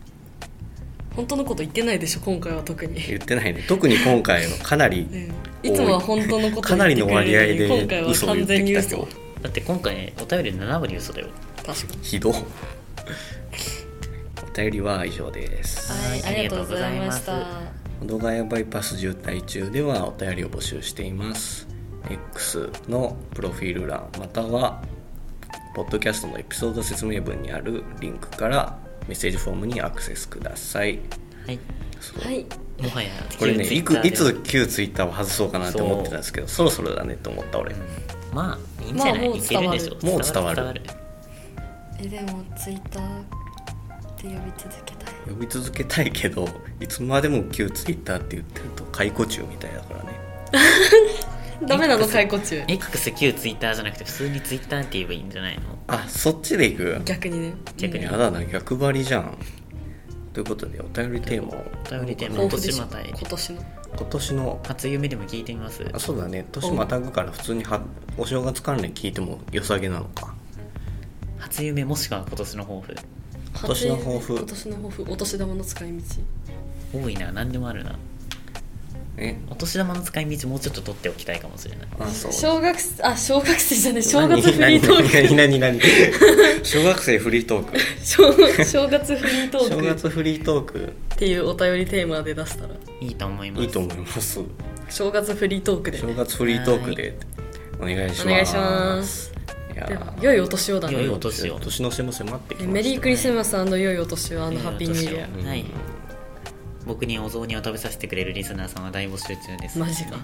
[SPEAKER 2] 本当のこと言ってないでしょ今回は特に、
[SPEAKER 3] 言ってないね特に今回はかな り
[SPEAKER 2] うんいつもは本当のこと
[SPEAKER 3] か
[SPEAKER 2] を言
[SPEAKER 3] な
[SPEAKER 2] って
[SPEAKER 3] り
[SPEAKER 2] く
[SPEAKER 3] の
[SPEAKER 2] れ
[SPEAKER 3] 割合
[SPEAKER 2] るのに今回
[SPEAKER 3] で
[SPEAKER 2] は
[SPEAKER 3] 嘘を言
[SPEAKER 2] 完
[SPEAKER 3] って
[SPEAKER 2] 全
[SPEAKER 3] き
[SPEAKER 2] に
[SPEAKER 3] た
[SPEAKER 2] 嘘
[SPEAKER 3] 今日
[SPEAKER 1] だって今回お便り7割嘘だよ
[SPEAKER 2] 確かに
[SPEAKER 3] ひどっ お便りは以上です
[SPEAKER 2] はいありがとうございまし
[SPEAKER 1] ありがとうござ
[SPEAKER 2] た
[SPEAKER 3] 保土ヶ谷バイパス渋滞中ではお便りを募集しています X のプロフィール欄またはポッドキャストのエピソード説明文にあるリンクからメッセージフォームにアクセスください
[SPEAKER 1] はい
[SPEAKER 3] そう
[SPEAKER 2] はい
[SPEAKER 1] もはや
[SPEAKER 3] これね
[SPEAKER 1] 旧
[SPEAKER 3] い
[SPEAKER 1] Twitter
[SPEAKER 3] く
[SPEAKER 1] で
[SPEAKER 3] いつ旧ツイッターを外そうかなって思ってたんですけどそろそろだねって思った俺
[SPEAKER 1] まあいいんんじゃない、
[SPEAKER 2] まあもう
[SPEAKER 1] いけるでしょ
[SPEAKER 3] 伝わるもう伝わる
[SPEAKER 2] えでもツイッターって呼び続けたい
[SPEAKER 3] 呼び続けたいけどいつまでも旧ツイッターって言ってると解雇中みたいだからね
[SPEAKER 2] ダメなの解雇中
[SPEAKER 1] X 旧ツイッターじゃなくて普通にツイッターって言えばいいんじゃないの
[SPEAKER 3] あそっちで行く
[SPEAKER 2] 逆にね
[SPEAKER 1] 逆に
[SPEAKER 3] やだな逆張りじゃんということでお便りテーマを
[SPEAKER 1] お便りテーマ
[SPEAKER 2] 豊富でし
[SPEAKER 1] 今年
[SPEAKER 2] ょ
[SPEAKER 1] またい
[SPEAKER 2] 今年の
[SPEAKER 3] 今年の
[SPEAKER 1] 初夢でも聞いてみます
[SPEAKER 3] あそうだね年またぐから普通にはお正月関連聞いても良さげなのか
[SPEAKER 1] 初夢もしくは今年の抱負
[SPEAKER 2] 今
[SPEAKER 3] 年の抱負
[SPEAKER 2] 今年の抱負お年玉の使い道
[SPEAKER 1] 多いな何でもあるな
[SPEAKER 3] え
[SPEAKER 1] お年玉の使い道もうちょっと取っておきたいかもしれない
[SPEAKER 3] あそう
[SPEAKER 2] 小学生あ小学生じゃねえ正月フリートーク
[SPEAKER 3] 何何何何何小学生フリートーク
[SPEAKER 2] 正正月フリート
[SPEAKER 3] 正
[SPEAKER 2] ーク
[SPEAKER 3] 月フリートーク
[SPEAKER 2] っていうお便りテーマで出したら
[SPEAKER 1] いいと思います
[SPEAKER 3] いいと思います
[SPEAKER 2] 正月フリートークで
[SPEAKER 3] 正月フリートークでお願いします
[SPEAKER 2] お願いします
[SPEAKER 3] いや
[SPEAKER 2] では
[SPEAKER 3] ー
[SPEAKER 2] 良いお年をだ
[SPEAKER 1] 良いお
[SPEAKER 2] ね
[SPEAKER 1] 年を
[SPEAKER 3] 年の瀬も迫ってき
[SPEAKER 2] え
[SPEAKER 3] ました
[SPEAKER 2] メリークリスマス良いお年
[SPEAKER 1] 良
[SPEAKER 2] を
[SPEAKER 1] いお年を
[SPEAKER 2] ハッピーニューイヤー
[SPEAKER 1] はい僕にお雑煮を食べさせてくれるリスナーさんは大募集中です
[SPEAKER 2] マジか